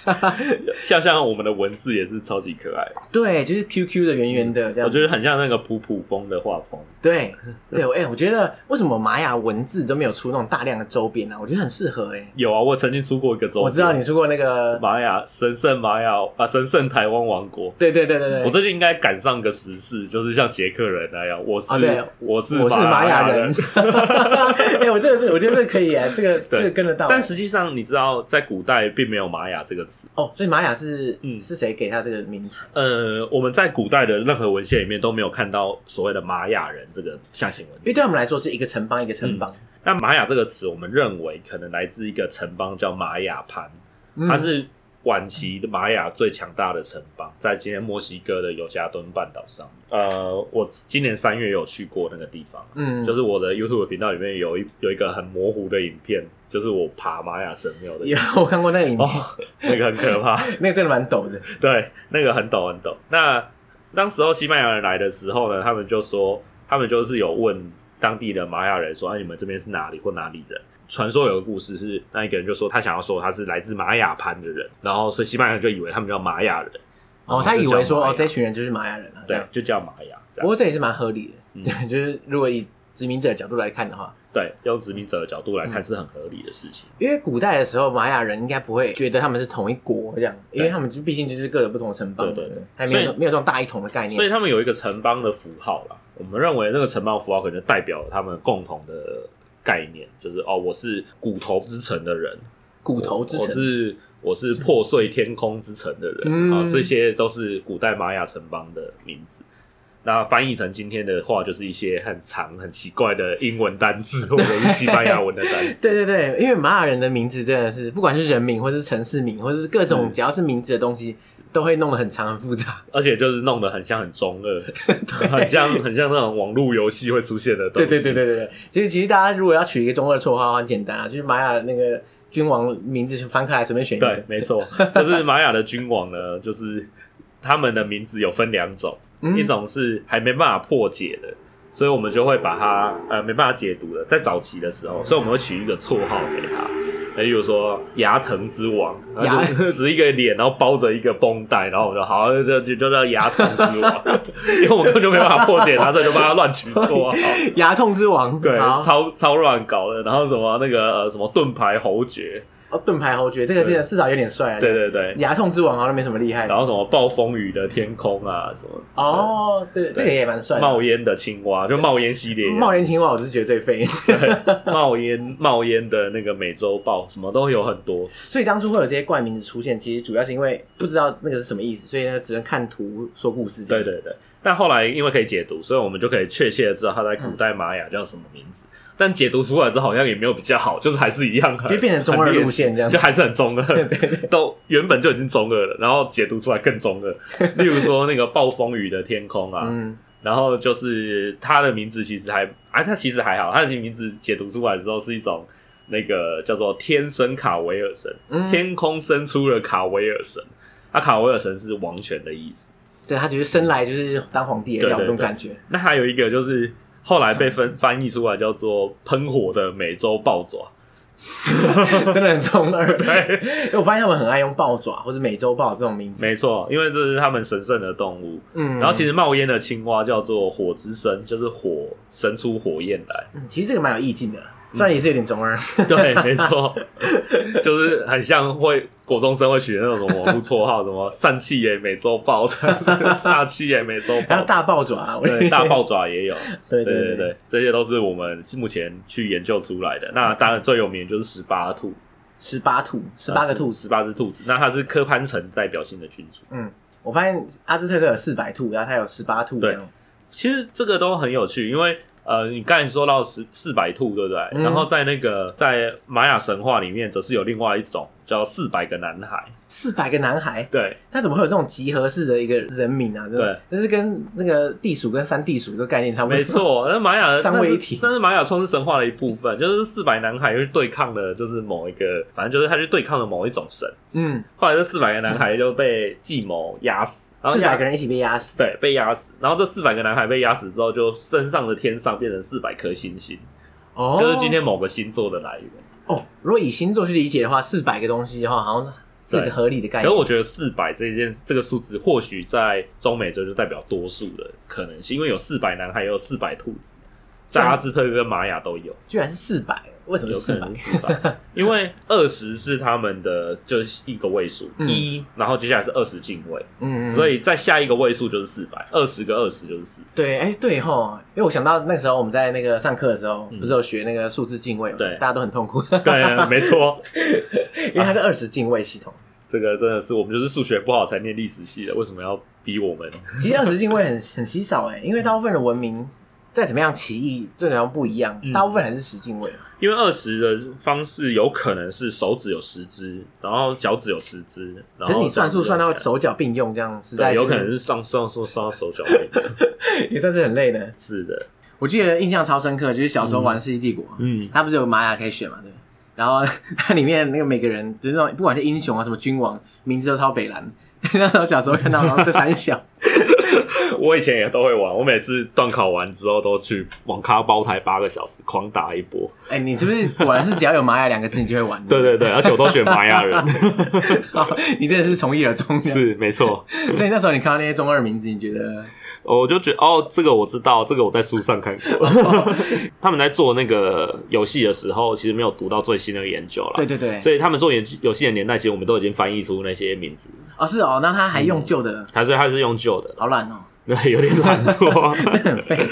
B: 像像我们的文字也是超级可爱，
A: 对，就是 QQ 的圆圆的这样。
B: 我觉得很像那个普普风的画风。
A: 对对，哎、我觉得为什么玛雅文字都没有出那种大量的周边呢、啊？我觉得很适合哎、
B: 有啊，我曾经出过一个周边，
A: 我知道你出过那个，
B: 玛雅神圣玛雅啊，神圣台湾王国。
A: 对对对对对，
B: 我最近应该赶上个时事，就是像捷克人那样，我是、
A: 啊对
B: 我是
A: 我是玛雅人。 哎、我这个是我觉得这个可以哎、这个
B: 对
A: 这个跟得到。
B: 但实际上，你知道，在古代并没有玛雅这个词。
A: 哦，所以玛雅是
B: 嗯
A: 是谁给他这个名字？
B: 呃，我们在古代的任何文献里面都没有看到所谓的玛雅人这个象形文
A: 因为
B: 字。
A: 对他们来说是一个城邦一个
B: 嗯
A: 城邦，
B: 那玛雅这个词，我们认为可能来自一个城邦叫玛雅潘，
A: 嗯
B: 它是晚期的玛雅最强大的城邦，在今天墨西哥的尤加敦半岛上。呃，我今年三月有去过那个地方，
A: 嗯，
B: 就是我的 YouTube 频道里面有一有一个很模糊的影片，就是我爬玛雅神庙的影
A: 有
B: 片。
A: 我看过那个影片，
B: 哦，那个很可怕。
A: 那个真的蛮陡的。
B: 对，那个很陡很陡。那当时候西班牙人来的时候呢，他们就说，他们就是有问当地的玛雅人说：“哎、你们这边是哪里或哪里人？”传说有个故事是，那一个人就说他想要说他是来自玛雅潘的人，然后所以西班牙人就以为他们叫玛雅人，
A: 哦，他以为说哦，这
B: 群
A: 群人就是玛雅人啊。这
B: 对啊嗯
A: 样，
B: 就叫玛雅，这
A: 不
B: 样
A: 过这也是蛮合理的， 就是如果以殖民者的角度来看的话，
B: 对，用殖民者的角度来看
A: 嗯
B: 是很合理的事情。
A: 因为古代的时候，玛雅人应该不会觉得他们是同一国这样，因为
B: 对
A: 他们就毕竟就是各有不同的城邦嘛，
B: 对对对
A: 还没有
B: 所以
A: 没有这种大一统的概念
B: 所以。他们有一个城邦的符号啦。我们认为那个城邦符号可能就代表了他们共同的概念，就是哦，我是骨头之城的人，
A: 骨头之
B: 我
A: 城，
B: 是我是破碎天空之城的人啊、
A: 嗯
B: 这些都是古代玛雅城邦的名字。那翻译成今天的话，就是一些很长、很奇怪的英文单 字或者是西班牙文的单字。
A: 对对对，因为玛雅人的名字真的是，不管是人名，或是城市名，或是各种
B: 是
A: 只要是名字的东西，都会弄得很长很复杂。
B: 而且就是弄得很像很中 二，很像很像那种网络游戏会出现的东
A: 对
B: 西。
A: 对对对对对，其实其实大家如果要取一个中二绰号，很简单啊，就是玛雅那个君王名字翻开来随便选一
B: 对
A: 个，，
B: 没错，就是玛雅的君王呢，就是他们的名字有分两种，
A: 嗯
B: 一种是还没办法破解的，所以我们就会把它呃没办法解读的，在早期的时
A: 嗯
B: 候，所以我们会取一个绰号给他。那例如说牙疼之王，
A: 牙
B: 然后就 只是一个脸，然后包着一个绷带，然后我们就好，就就就叫牙疼 之王，因为我们根本就没办法破解它，所以就帮他乱取 绰号。
A: 牙痛之王，
B: 对，
A: 好
B: 超超乱搞的，然后什么那个呃什么盾牌侯爵，
A: 哦，盾牌侯爵这个真的至少有点帅啊。
B: 对对对，
A: 牙痛之王好像没什么厉害
B: 然
A: 的。
B: 后什么暴风雨的天空啊，什么之类的，
A: 哦，对，这个也蛮帅的。
B: 冒烟的青蛙，就冒烟系列，
A: 冒烟青蛙，我是觉得最废。
B: 冒烟冒烟的那个美洲豹，什么都有很多。
A: 所以当初会有这些怪名字出现，其实主要是因为不知道那个是什么意思，所以呢只能看图说故事。
B: 对，对对，但后来因为可以解读，所以我们就可以确切的知道它在古代玛雅叫什么名字。但解读出来之后，好像也没有比较好，就是还是一样很，
A: 就变成中二
B: 很劣
A: 路线这样
B: 就还是很中二，都原本就已经中二了，然后解读出来更 中二。例如说那个暴风雨的天空啊，
A: 嗯，
B: 然后就是他的名字其实还啊，他其实还好，他的名字解读出来之后是一种那个叫做天生卡维尔神，
A: 嗯
B: 天空生出了卡维尔神。那、卡维尔神是王权的意思。
A: 对他只是生来就是当皇帝的料，那
B: 对对
A: 种
B: 对
A: 感觉。
B: 那还有一个就是后来被分、翻译出来叫做喷火的美洲豹爪。
A: 真的很中 二。 因为我发现他们很爱用豹爪或者美洲豹这种名字。
B: 没错，因为这是他们神圣的动物。
A: 嗯，
B: 然后其
A: 实
B: 实冒烟的青蛙叫做火之神，就是火生出火焰来。
A: 嗯其实这个蛮有意境的，
B: 嗯
A: 虽然也是有点中二。
B: 对，没错，就是很像会国中生会取的那种什么网络绰号，什么疝气也美洲 豹，煞气也美洲
A: 还有
B: 豹，
A: 大豹爪，啊我
B: 对，大爆爪也有，
A: 对
B: 对
A: 对
B: 对对，这些都是我们目前去研究出来的。那当然最有名的就是十八兔，
A: 十八兔，嗯十八个兔子。
B: 十八只兔子，那它是科潘城代表性的君主。
A: 我发现阿兹特克有四百兔，然后他有十八兔这样。
B: 其实这个都很有趣，因为呃，你刚才说到十四百兔，对不对？
A: 嗯
B: 然后在那个在玛雅神话里面，则是有另外一种叫《四百个男孩
A: 四百个男孩》。，
B: 对，
A: 他怎么会有这种集合式的一个人名啊？这种
B: 对，
A: 这是跟那个地鼠跟三地鼠的概念差不多。
B: 没，错，那玛雅 的
A: 三位一体
B: 但是但是玛雅冲是神话的一部分，就是四百男孩去对抗的，就是某一个，反正就是他去对抗了某一种神。
A: 嗯，
B: 后来这四百个男孩就被计谋 压死，然后
A: 四
B: 压
A: 百个人一起被压死。
B: 对被压死，然后这四百个男孩被压死之后，就身上的天上变成四百颗星星，
A: 哦，
B: 就是今天某个星座的来源。
A: 哦。如果以星座去理解的话，四百个东西的话，好像是一
B: 对
A: 个合理的概
B: 可是
A: 念。
B: 我觉得四百这件这个数字，或许在中美洲就代表多数的可能性，因为有四百男孩，也有四百兔子，在阿兹特克跟玛雅都有。
A: 居然是四百，为什么
B: 有
A: 是
B: 可
A: 四百
B: 能？是吧？因为二十是他们的就是一个位数，
A: 嗯
B: 一，然后接下来是二十进位，
A: 嗯，嗯嗯
B: 所以再下一个位数就是四百，二十个二十就 是四，
A: 对，哎、对吼，因为我想到那个时候我们在那个上课的时候，
B: 嗯
A: 不是有学那个数字进位嘛，
B: 对
A: 大家都很痛苦，
B: 对，没错，
A: 因为它是二十进位系统。
B: 这个真的是我们就是数学不好才念历史系的，为什么要逼我们？
A: 其实二十进位很很稀少哎、因为大部分的文明再怎么样奇异，最怎么样不一样，
B: 嗯
A: 大部分还是十进位。
B: 因为二十的方式有可能是手指有十只，然后脚趾有十只，然
A: 可是
B: 后
A: 你算数算到
B: 这样子
A: 手脚并用这样，实
B: 加
A: 在
B: 起来，对，
A: 是
B: 有可能是上上上上手脚并 用
A: 也算是很累的。
B: 是的，
A: 我记得印象超深刻，就是小时候玩《世纪帝国》
B: 嗯，
A: 它不是有玛雅可以选嘛，对不对。然后 它里面那个每个人，就是那种不管是英雄啊什么君王，名字都超北蓝。 那时候小时候看到，然后这三小，
B: 我以前也都会玩，我每次断考完之后都去网咖包台八个小时，狂打一波。
A: 哎、你是不是果然是只要有玛雅两个字，你就会玩？
B: 对对对，而且我都选玛雅人，
A: 好，你真的是从一而终。
B: 是啊没错。
A: 所以那时候你看到那些中二名字，你觉得
B: 我就觉得哦，这个我知道，这个我在书上看 过。他们在做那个游戏的时候，其实没有读到最新的研究啦。
A: 对对对，
B: 所以他们做研游戏的年代，其实我们都已经翻译出那些名字，
A: 哦是哦，那他还
B: 嗯
A: 用旧的，
B: 还是还是用旧的，
A: 好懒哦，
B: 对，有点 懒
A: 真的很
B: 惰。
A: 废。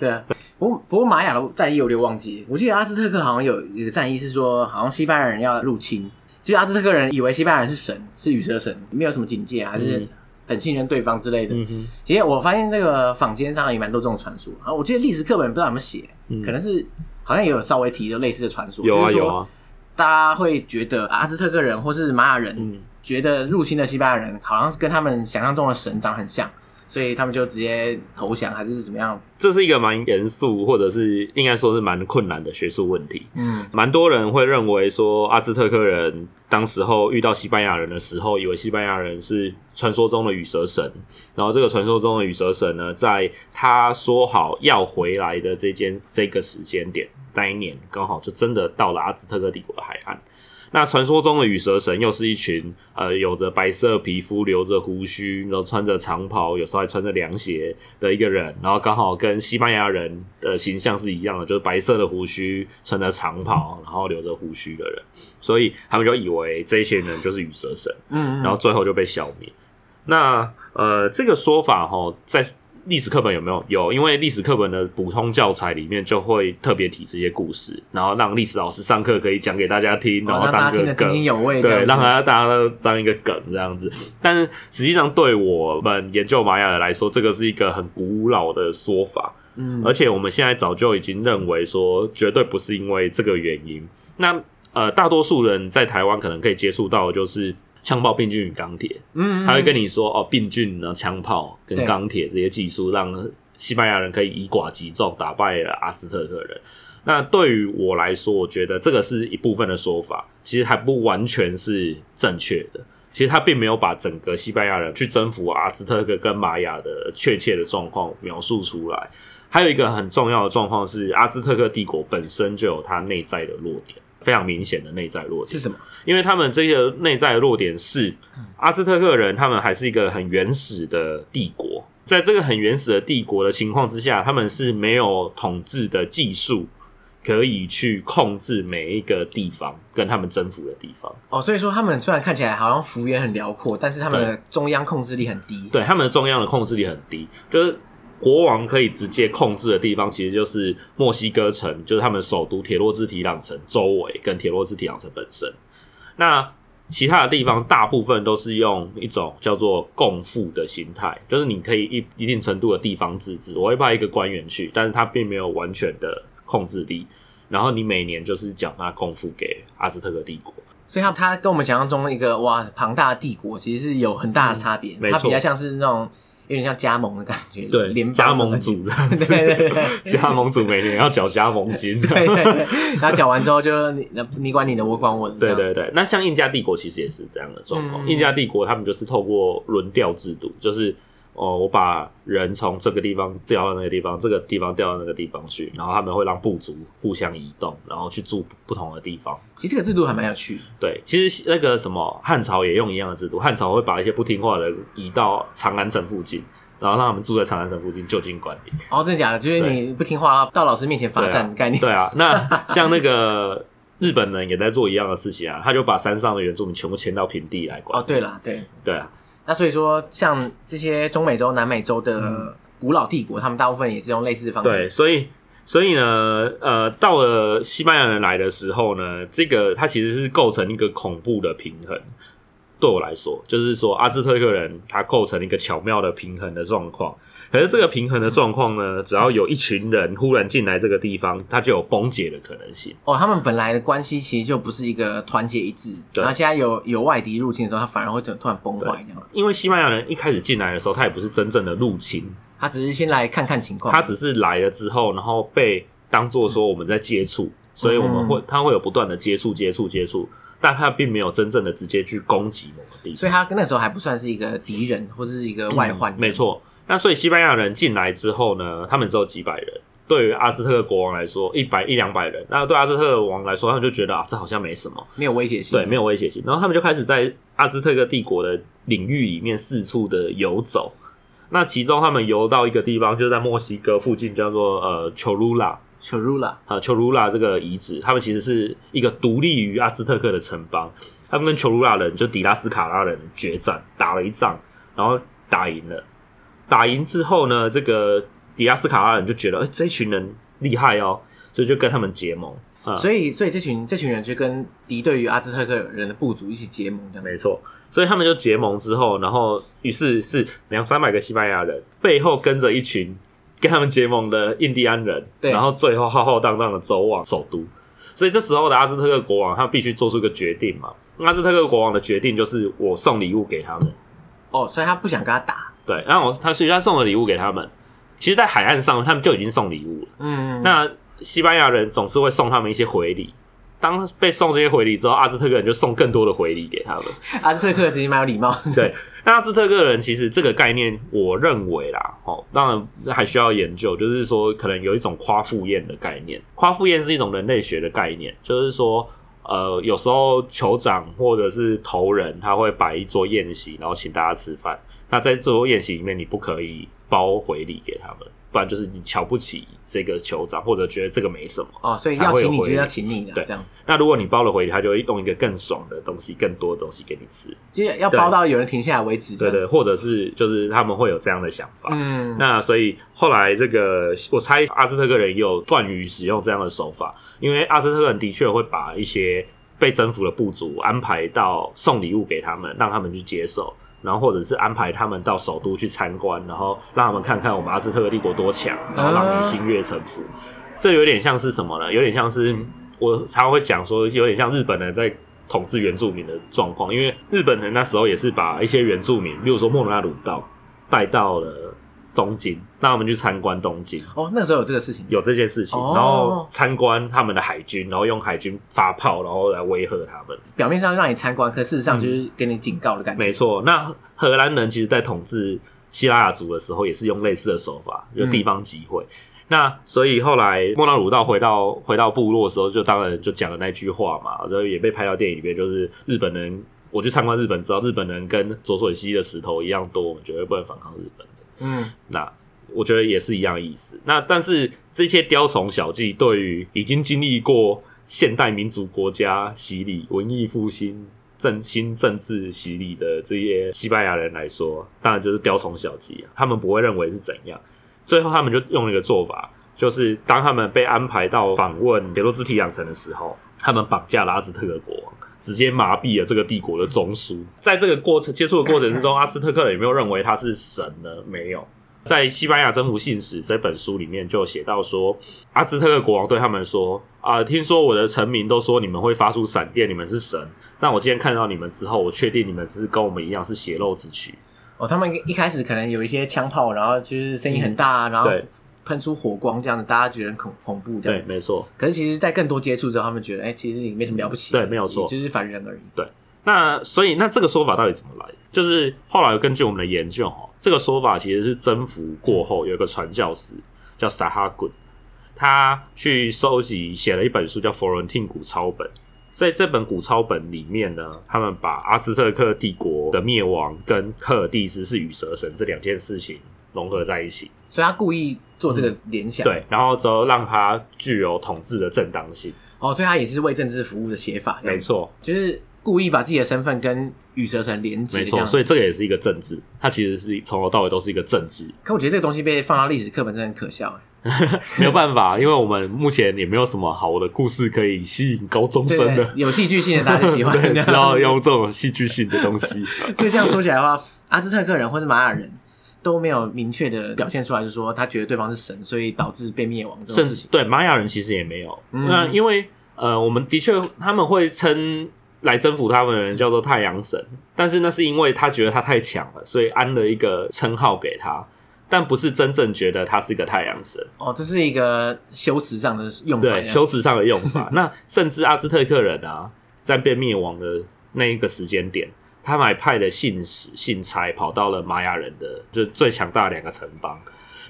A: 对啊，不过不过玛雅的战役我有点忘记，我记得阿兹特克好像有一个战役是说，好像西班牙人要入侵，就是阿兹特克人以为西班牙人是神，是羽蛇神，没有什么警戒啊，还是
B: 嗯
A: 很信任对方之类的。
B: 嗯哼，
A: 其实我发现那个坊间上也蛮多这种传说啊，我记得历史课本不知道有没有写，
B: 嗯
A: 可能是好像也有稍微提到类似的传说，
B: 有
A: 就
B: 啊
A: 是说
B: 有啊，
A: 大家会觉得啊阿兹特克人或是玛雅人、
B: 嗯，
A: 觉得入侵的西班牙人好像是跟他们想象中的神长很像，所以他们就直接投降还是怎么样？
B: 这是一个蛮严肃，或者是应该说是蛮困难的学术问题。
A: 嗯，
B: 蛮多人会认为说，阿兹特克人当时候遇到西班牙人的时候，以为西班牙人是传说中的羽蛇神，然后这个传说中的羽蛇神呢，在他说好要回来的这间这个时间点那一年，刚好就真的到了阿兹特克帝国的海岸。那传说中的羽蛇神又是一群呃有着白色皮肤、留着胡须，然后穿着长袍，有时候还穿着凉鞋的一个人，然后刚好跟西班牙人的形象是一样的，就是白色的胡须，穿着长袍，然后留着胡须的人，所以他们就以为这些人就是羽蛇神。
A: 嗯，
B: 然后最后就被消灭。那呃，这个说法哈，在历史课本有没有？有，因为历史课本的普通教材里面就会特别提这些故事，然后让历史老师上课可以讲给大家听，然
A: 哦
B: 后
A: 让大家
B: 当
A: 听
B: 个
A: 得津津
B: 梗。
A: 有味，这样
B: 对，
A: 子
B: 让大家大家都当一个梗这样子，但是实际上对我们研究玛雅的来说，这个是一个很古老的说法。
A: 嗯
B: 而且我们现在早就已经认为说，绝对不是因为这个原因。那呃，大多数人在台湾可能可以接触到的就是枪炮、病菌与钢铁，
A: 嗯，
B: 他会跟
A: 你
B: 你说哦，病菌呢、枪炮跟
A: 对
B: 钢铁这些技术，让西班牙人可以以寡击众，打败了阿兹特克人。那对于我来说，我觉得这个是一部分的说法，其实还不完全是正确的。其实他并没有把整个西班牙人去征服阿兹特克跟玛雅的确切的状况描述出来。还有一个很重要的状况是，阿兹特克帝国本身就有它内在的弱点，非常明显的内在弱点
A: 是什么？
B: 因为他们这个内在的弱点是阿兹特克人，他们还是一个很原始的帝国。在这个很原始的帝国的情况之下，他们是没有统治的技术可以去控制每一个地方跟他们征服的地方。
A: 哦，所以说他们虽然看起来好像幅员很辽阔，但是他们的中央控制力很低。
B: 对，他们的中央的控制力很低，就是国王可以直接控制的地方，其实就是墨西哥城，就是他们首都铁洛兹提朗城周围跟铁洛兹提朗城本身。那其他的地方大部分都是用一种叫做共富的心态，就是你可以一一定程度的地方自治，我会派一个官员去，但是他并没有完全的控制力，然后你每年就是缴纳共富给阿兹特克帝国。
A: 所以它它跟我们想象中一个哇庞大的帝国其实是有很大的差别，
B: 嗯没
A: 它
B: 错
A: 比较像是那种有点像加盟的感觉，
B: 对，
A: 联邦
B: 加
A: 的
B: 盟
A: 感觉
B: 组这样子，
A: 对对对
B: 加盟组每年要缴加盟金，
A: 对 对对，然后讲完之后就你 你管你的，我管我的，
B: 对
A: 这样，
B: 对对，那像印加帝国其实也是这样的状况。
A: 嗯
B: 印加帝国他们就是透过轮调制度，就是哦，我把人从这个地方调到那个地方，这个地方调到那个地方去，然后他们会让部族互相移动，然后去住不同的地方。
A: 其实这个制度还蛮有趣的，
B: 对，其实那个什么汉朝也用一样的制度，汉朝会把一些不听话的人移到长安城附近，然后让他们住在长安城附近就近管理。
A: 哦，真的假的？就是
B: 对
A: 你不听话到老师面前罚站的概念，
B: 对啊，那像那个日本人也在做一样的事情啊，他就把山上的原住民全部迁到平地来管。
A: 哦，对啦，对，
B: 对啊，
A: 那所以说像这些中美洲、南美洲的古老帝国，他们大部分也是用类似的方
B: 嗯对，
A: 式，
B: 所以所以呢，呃，到了西班牙人来的时候呢，这个它其实是构成一个恐怖的平衡。对我来说，就是说阿兹特克人他构成一个巧妙的平衡的状况。可是这个平衡的状况呢，只要有一群人忽然进来这个地方，它就有崩解的可能性。
A: 哦，他们本来的关系其实就不是一个团结一致，
B: 对
A: 然后现在有有外敌入侵的时候，他反而会突突然崩坏这样，
B: 因为西班牙人一开始进来的时候，他也不是真正的入侵，
A: 他只是先来看看情况，
B: 他只是来了之后，然后被当做说我们在接
A: 嗯
B: 触，所以我们会他会有不断的接触、接触、接触，但他并没有真正的直接去攻击某个地方。嗯
A: 所以他那时候还不算是一个敌人或是一个外患，
B: 没错。那所以西班牙人进来之后呢，他们只有几百人。对于阿兹特克国王来说，一百一两百人，那对阿兹特克王来说，他们就觉得啊，这好像没什么，
A: 没有威胁性，
B: 对，没有威胁性。然后他们就开始在阿兹特克帝国的领域里面四处的游走。那其中他们游到一个地方，就是在墨西哥附近，叫做呃丘鲁拉。
A: ，Chorula
B: 呃丘鲁拉这个遗址，他们其实是一个独立于阿兹特克的城邦，他们跟丘鲁拉人就底拉斯卡拉人决战，打了一仗，然后打赢了。打赢之后呢，这个底拉斯卡拉人就觉得，哎、这群人厉害哦，所以就跟他们结盟。啊、
A: 所以，所以这群这群人就跟敌对于阿兹特克人的部族一起结盟，这样
B: 没错，所以他们就结盟之后，然后于是是两三百个西班牙人背后跟着一群跟他们结盟的印第安人，
A: 对
B: 然后最后浩浩荡荡的走往首都。所以这时候的阿兹特克国王他必须做出一个决定嘛，阿兹特克国王的决定就是我送礼物给他们，
A: 哦，所以他不想跟他打，
B: 对，然后他所以他送了礼物给他们。其实，在海岸上他们就已经送礼物了。
A: 嗯，
B: 那西班牙人总是会送他们一些回礼。当被送这些回礼之后，阿兹特克人就送更多的回礼给他们。
A: 阿兹特克其实蛮有礼貌，
B: 对，那阿兹特克人其实这个概念，我认为啦，哦，当然还需要研究，就是说可能有一种夸父宴的概念。夸父宴是一种人类学的概念，就是说，呃，有时候酋长或者是头人他会摆一桌宴席，然后请大家吃饭。那在这桌宴席里面，你不可以包回礼给他们，不然就是你瞧不起这个酋长，或者觉得这个没什么。
A: 哦，所以
B: 才
A: 要
B: 会有
A: 请你就
B: 回
A: 要
B: 礼
A: 请你的，
B: 对
A: 这样
B: 那如果你包了回礼，他就会用一个更爽的东西、更多的东西给你吃。
A: 就是要
B: 对
A: 包到有人停下来为止，
B: 对
A: 这样，
B: 对，或者是就是他们会有这样的想法。
A: 嗯，
B: 那所以后来这个，我猜阿兹特克人也有惯于使用这样的手法，因为阿兹特克人的确会把一些被征服的部族安排到送礼物给他们，让他们去接受，然后或者是安排他们到首都去参观，然后让他们看看我们阿兹特克帝国多强，然后让你心悦诚服。这有点像是什么呢？有点像是我常常会讲说，有点像日本人在统治原住民的状况，因为日本人那时候也是把一些原住民，例如说莫罗那鲁道，带到了东京，让他们去参观东京，
A: 哦，那时候有这个事情，
B: 有这件事情，
A: 哦
B: 然后参观他们的海军，然后用海军发炮，然后来威吓他们。
A: 表面上让你参观，可事实上就是给你警告的感觉，
B: 嗯没错，那荷兰人其实在统治希腊雅族的时候，也是用类似的手法，
A: 嗯
B: 就地方集会。那所以后来莫纳鲁道回到回到部落的时候，就当然就讲了那句话嘛，然后也被拍到电影里面，就是日本人，我去参观日本，知道日本人跟左水溪的石头一样多，我们绝对不能反抗日本。
A: 嗯，
B: 那我觉得也是一样的意思。那但是这些雕虫小技对于已经经历过现代民族国家洗礼、文艺复兴、振兴政治洗礼的这些西班牙人来说，当然就是雕虫小技、啊，他们不会认为是怎样。最后他们就用了一个做法，就是当他们被安排到访问铁洛兹提养城的时候，他们绑架了阿兹特克国王。直接麻痹了这个帝国的中枢。在这个过程接触的过程之中，阿兹特克人有没有认为他是神呢？没有，在《西班牙征服信史》这本书里面就有写到说，阿兹特克国王对他们说：“啊、听说我的臣民都说你们会发出闪电，你们是神。那我今天看到你们之后，我确定你们是跟我们一样是血肉之躯。
A: 哦，他们一开始可能有一些枪炮，然后就是声音很大啊，然后
B: 嗯对
A: 喷出火光这样子，大家觉得很恐恐怖这
B: 对，
A: 样。
B: 没错。
A: 可是其实，在更多接触之后，他们觉得，哎、其实也没什么了不起，
B: 对没有错
A: 就是凡人而已。
B: 那所以那这个说法到底怎么来？就是后来根据我们的研究哦，这个说法其实是征服过后有一个传教士叫萨哈滚，他去收集写了一本书叫《佛伦汀古抄本》。在这本古抄本里面呢，他们把阿兹特克帝国的灭亡跟克尔蒂斯是与蛇神这两件事情融合在一起，
A: 所以他故意做这个联想，
B: 嗯对，然后之后让它具有统治的正当性。
A: 哦，所以他也是为政治服务的写法，这样
B: 没
A: 子，
B: 错，
A: 就是故意把自己的身份跟羽蛇神连接，
B: 没
A: 这
B: 错，
A: 样
B: 所以这个也是一个政治，它其实是从头到尾都是一个政治。
A: 可我觉得这个东西被放到历史课本真的很可笑。哎
B: 没有办法，因为我们目前也没有什么好的故事可以吸引高中生
A: 对
B: 的，，
A: 有戏剧性的大家就喜欢，
B: 对，只要用这种戏剧性的 东西。
A: 所以这样说起来的话，阿兹特克人或是玛雅人都没有明确的表现出来，就是说他觉得对方是神，所以导致被灭亡这
B: 甚
A: 种事
B: 至
A: 情。
B: 对玛雅人其实也没有，
A: 嗯
B: 那因为呃，我们的确他们会称来征服他们的人叫做太阳神，但是那是因为他觉得他太强了，所以安了一个称号给他，但不是真正觉得他是个太阳神。
A: 哦，这是一个修辞上的用法。
B: 对修辞上的用 法。那甚至阿兹特克人啊，在被灭亡的那一个时间点，他们还派了信使、信差跑到了玛雅人的就最强大的两个城邦，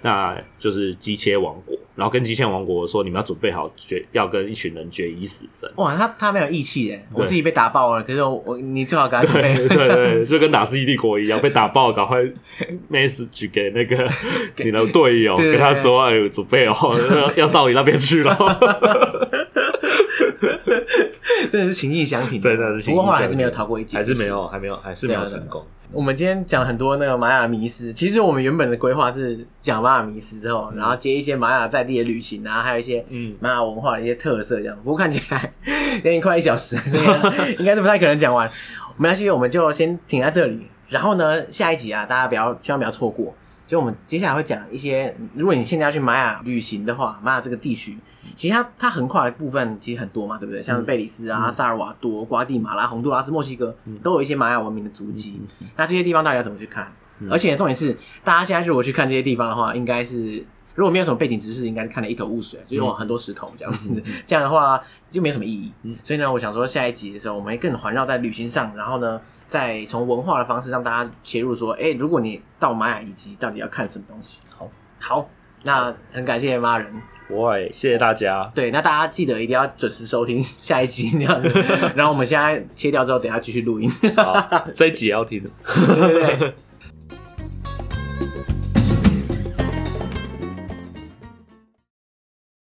B: 那就是基切王国，然后跟基切王国说，你们要准备好决要跟一群人决一死 战。
A: 哇，他他没有义气耶，
B: 对
A: 我自己被打爆了，可是我我你最好给他准备
B: 对对对，就跟打世纪帝国一样，被打爆，赶快 message 给 那个你的队友，
A: 对对
B: 跟他说：“哎呦，准备 哦，要要到你那边去了。”
A: 真的是情义相挺，
B: 真的是情义
A: 不过后来还
B: 相
A: 是没啊有
B: 挺
A: 逃过一劫，
B: 还是没。有，还没有，还是没有成功。
A: 我们今天讲了很多那个玛雅迷思，其实我们原本的规划是讲玛雅迷思之后，然后接一些玛雅在地的旅行啊，还有一些
B: 嗯，
A: 玛雅文化的一些特色这样。不过看起来 已经快一小时 了，所以应该是不太可能讲完。没关系，我们就先停在这里。然后呢，下一集啊，大家不要千万不要错过。就我们接下来会讲一些，如果你现在要去玛雅旅行的话，玛雅这个地区，其实它它横跨的部分其实很多嘛，对不对？像贝里斯啊、萨尔瓦多、瓜地马拉、洪都拉斯、墨西哥，都有一些玛雅文明的足迹。那这些地方到底要怎么去看？而且重点是，大家现在如果去看这些地方的话，应该是如果没有什么背景知识，应该是看得一头雾水，就是有很多石头这样子。这样的话就没什么意义。所以呢，我想说下一集的时候，我们会更环绕在旅行上，然后呢，再从文化的方式让大家切入，说，哎、如果你到玛雅遗迹，到底要看什么东西？
B: 好，
A: 好，那很感谢玛雅人。
B: 我也谢谢大家，
A: 对，那大家记得一定要准时收听下一集这样子。然后我们现在切掉之后，等一下继续录音。
B: 好，这一集也要听。
A: 对对对。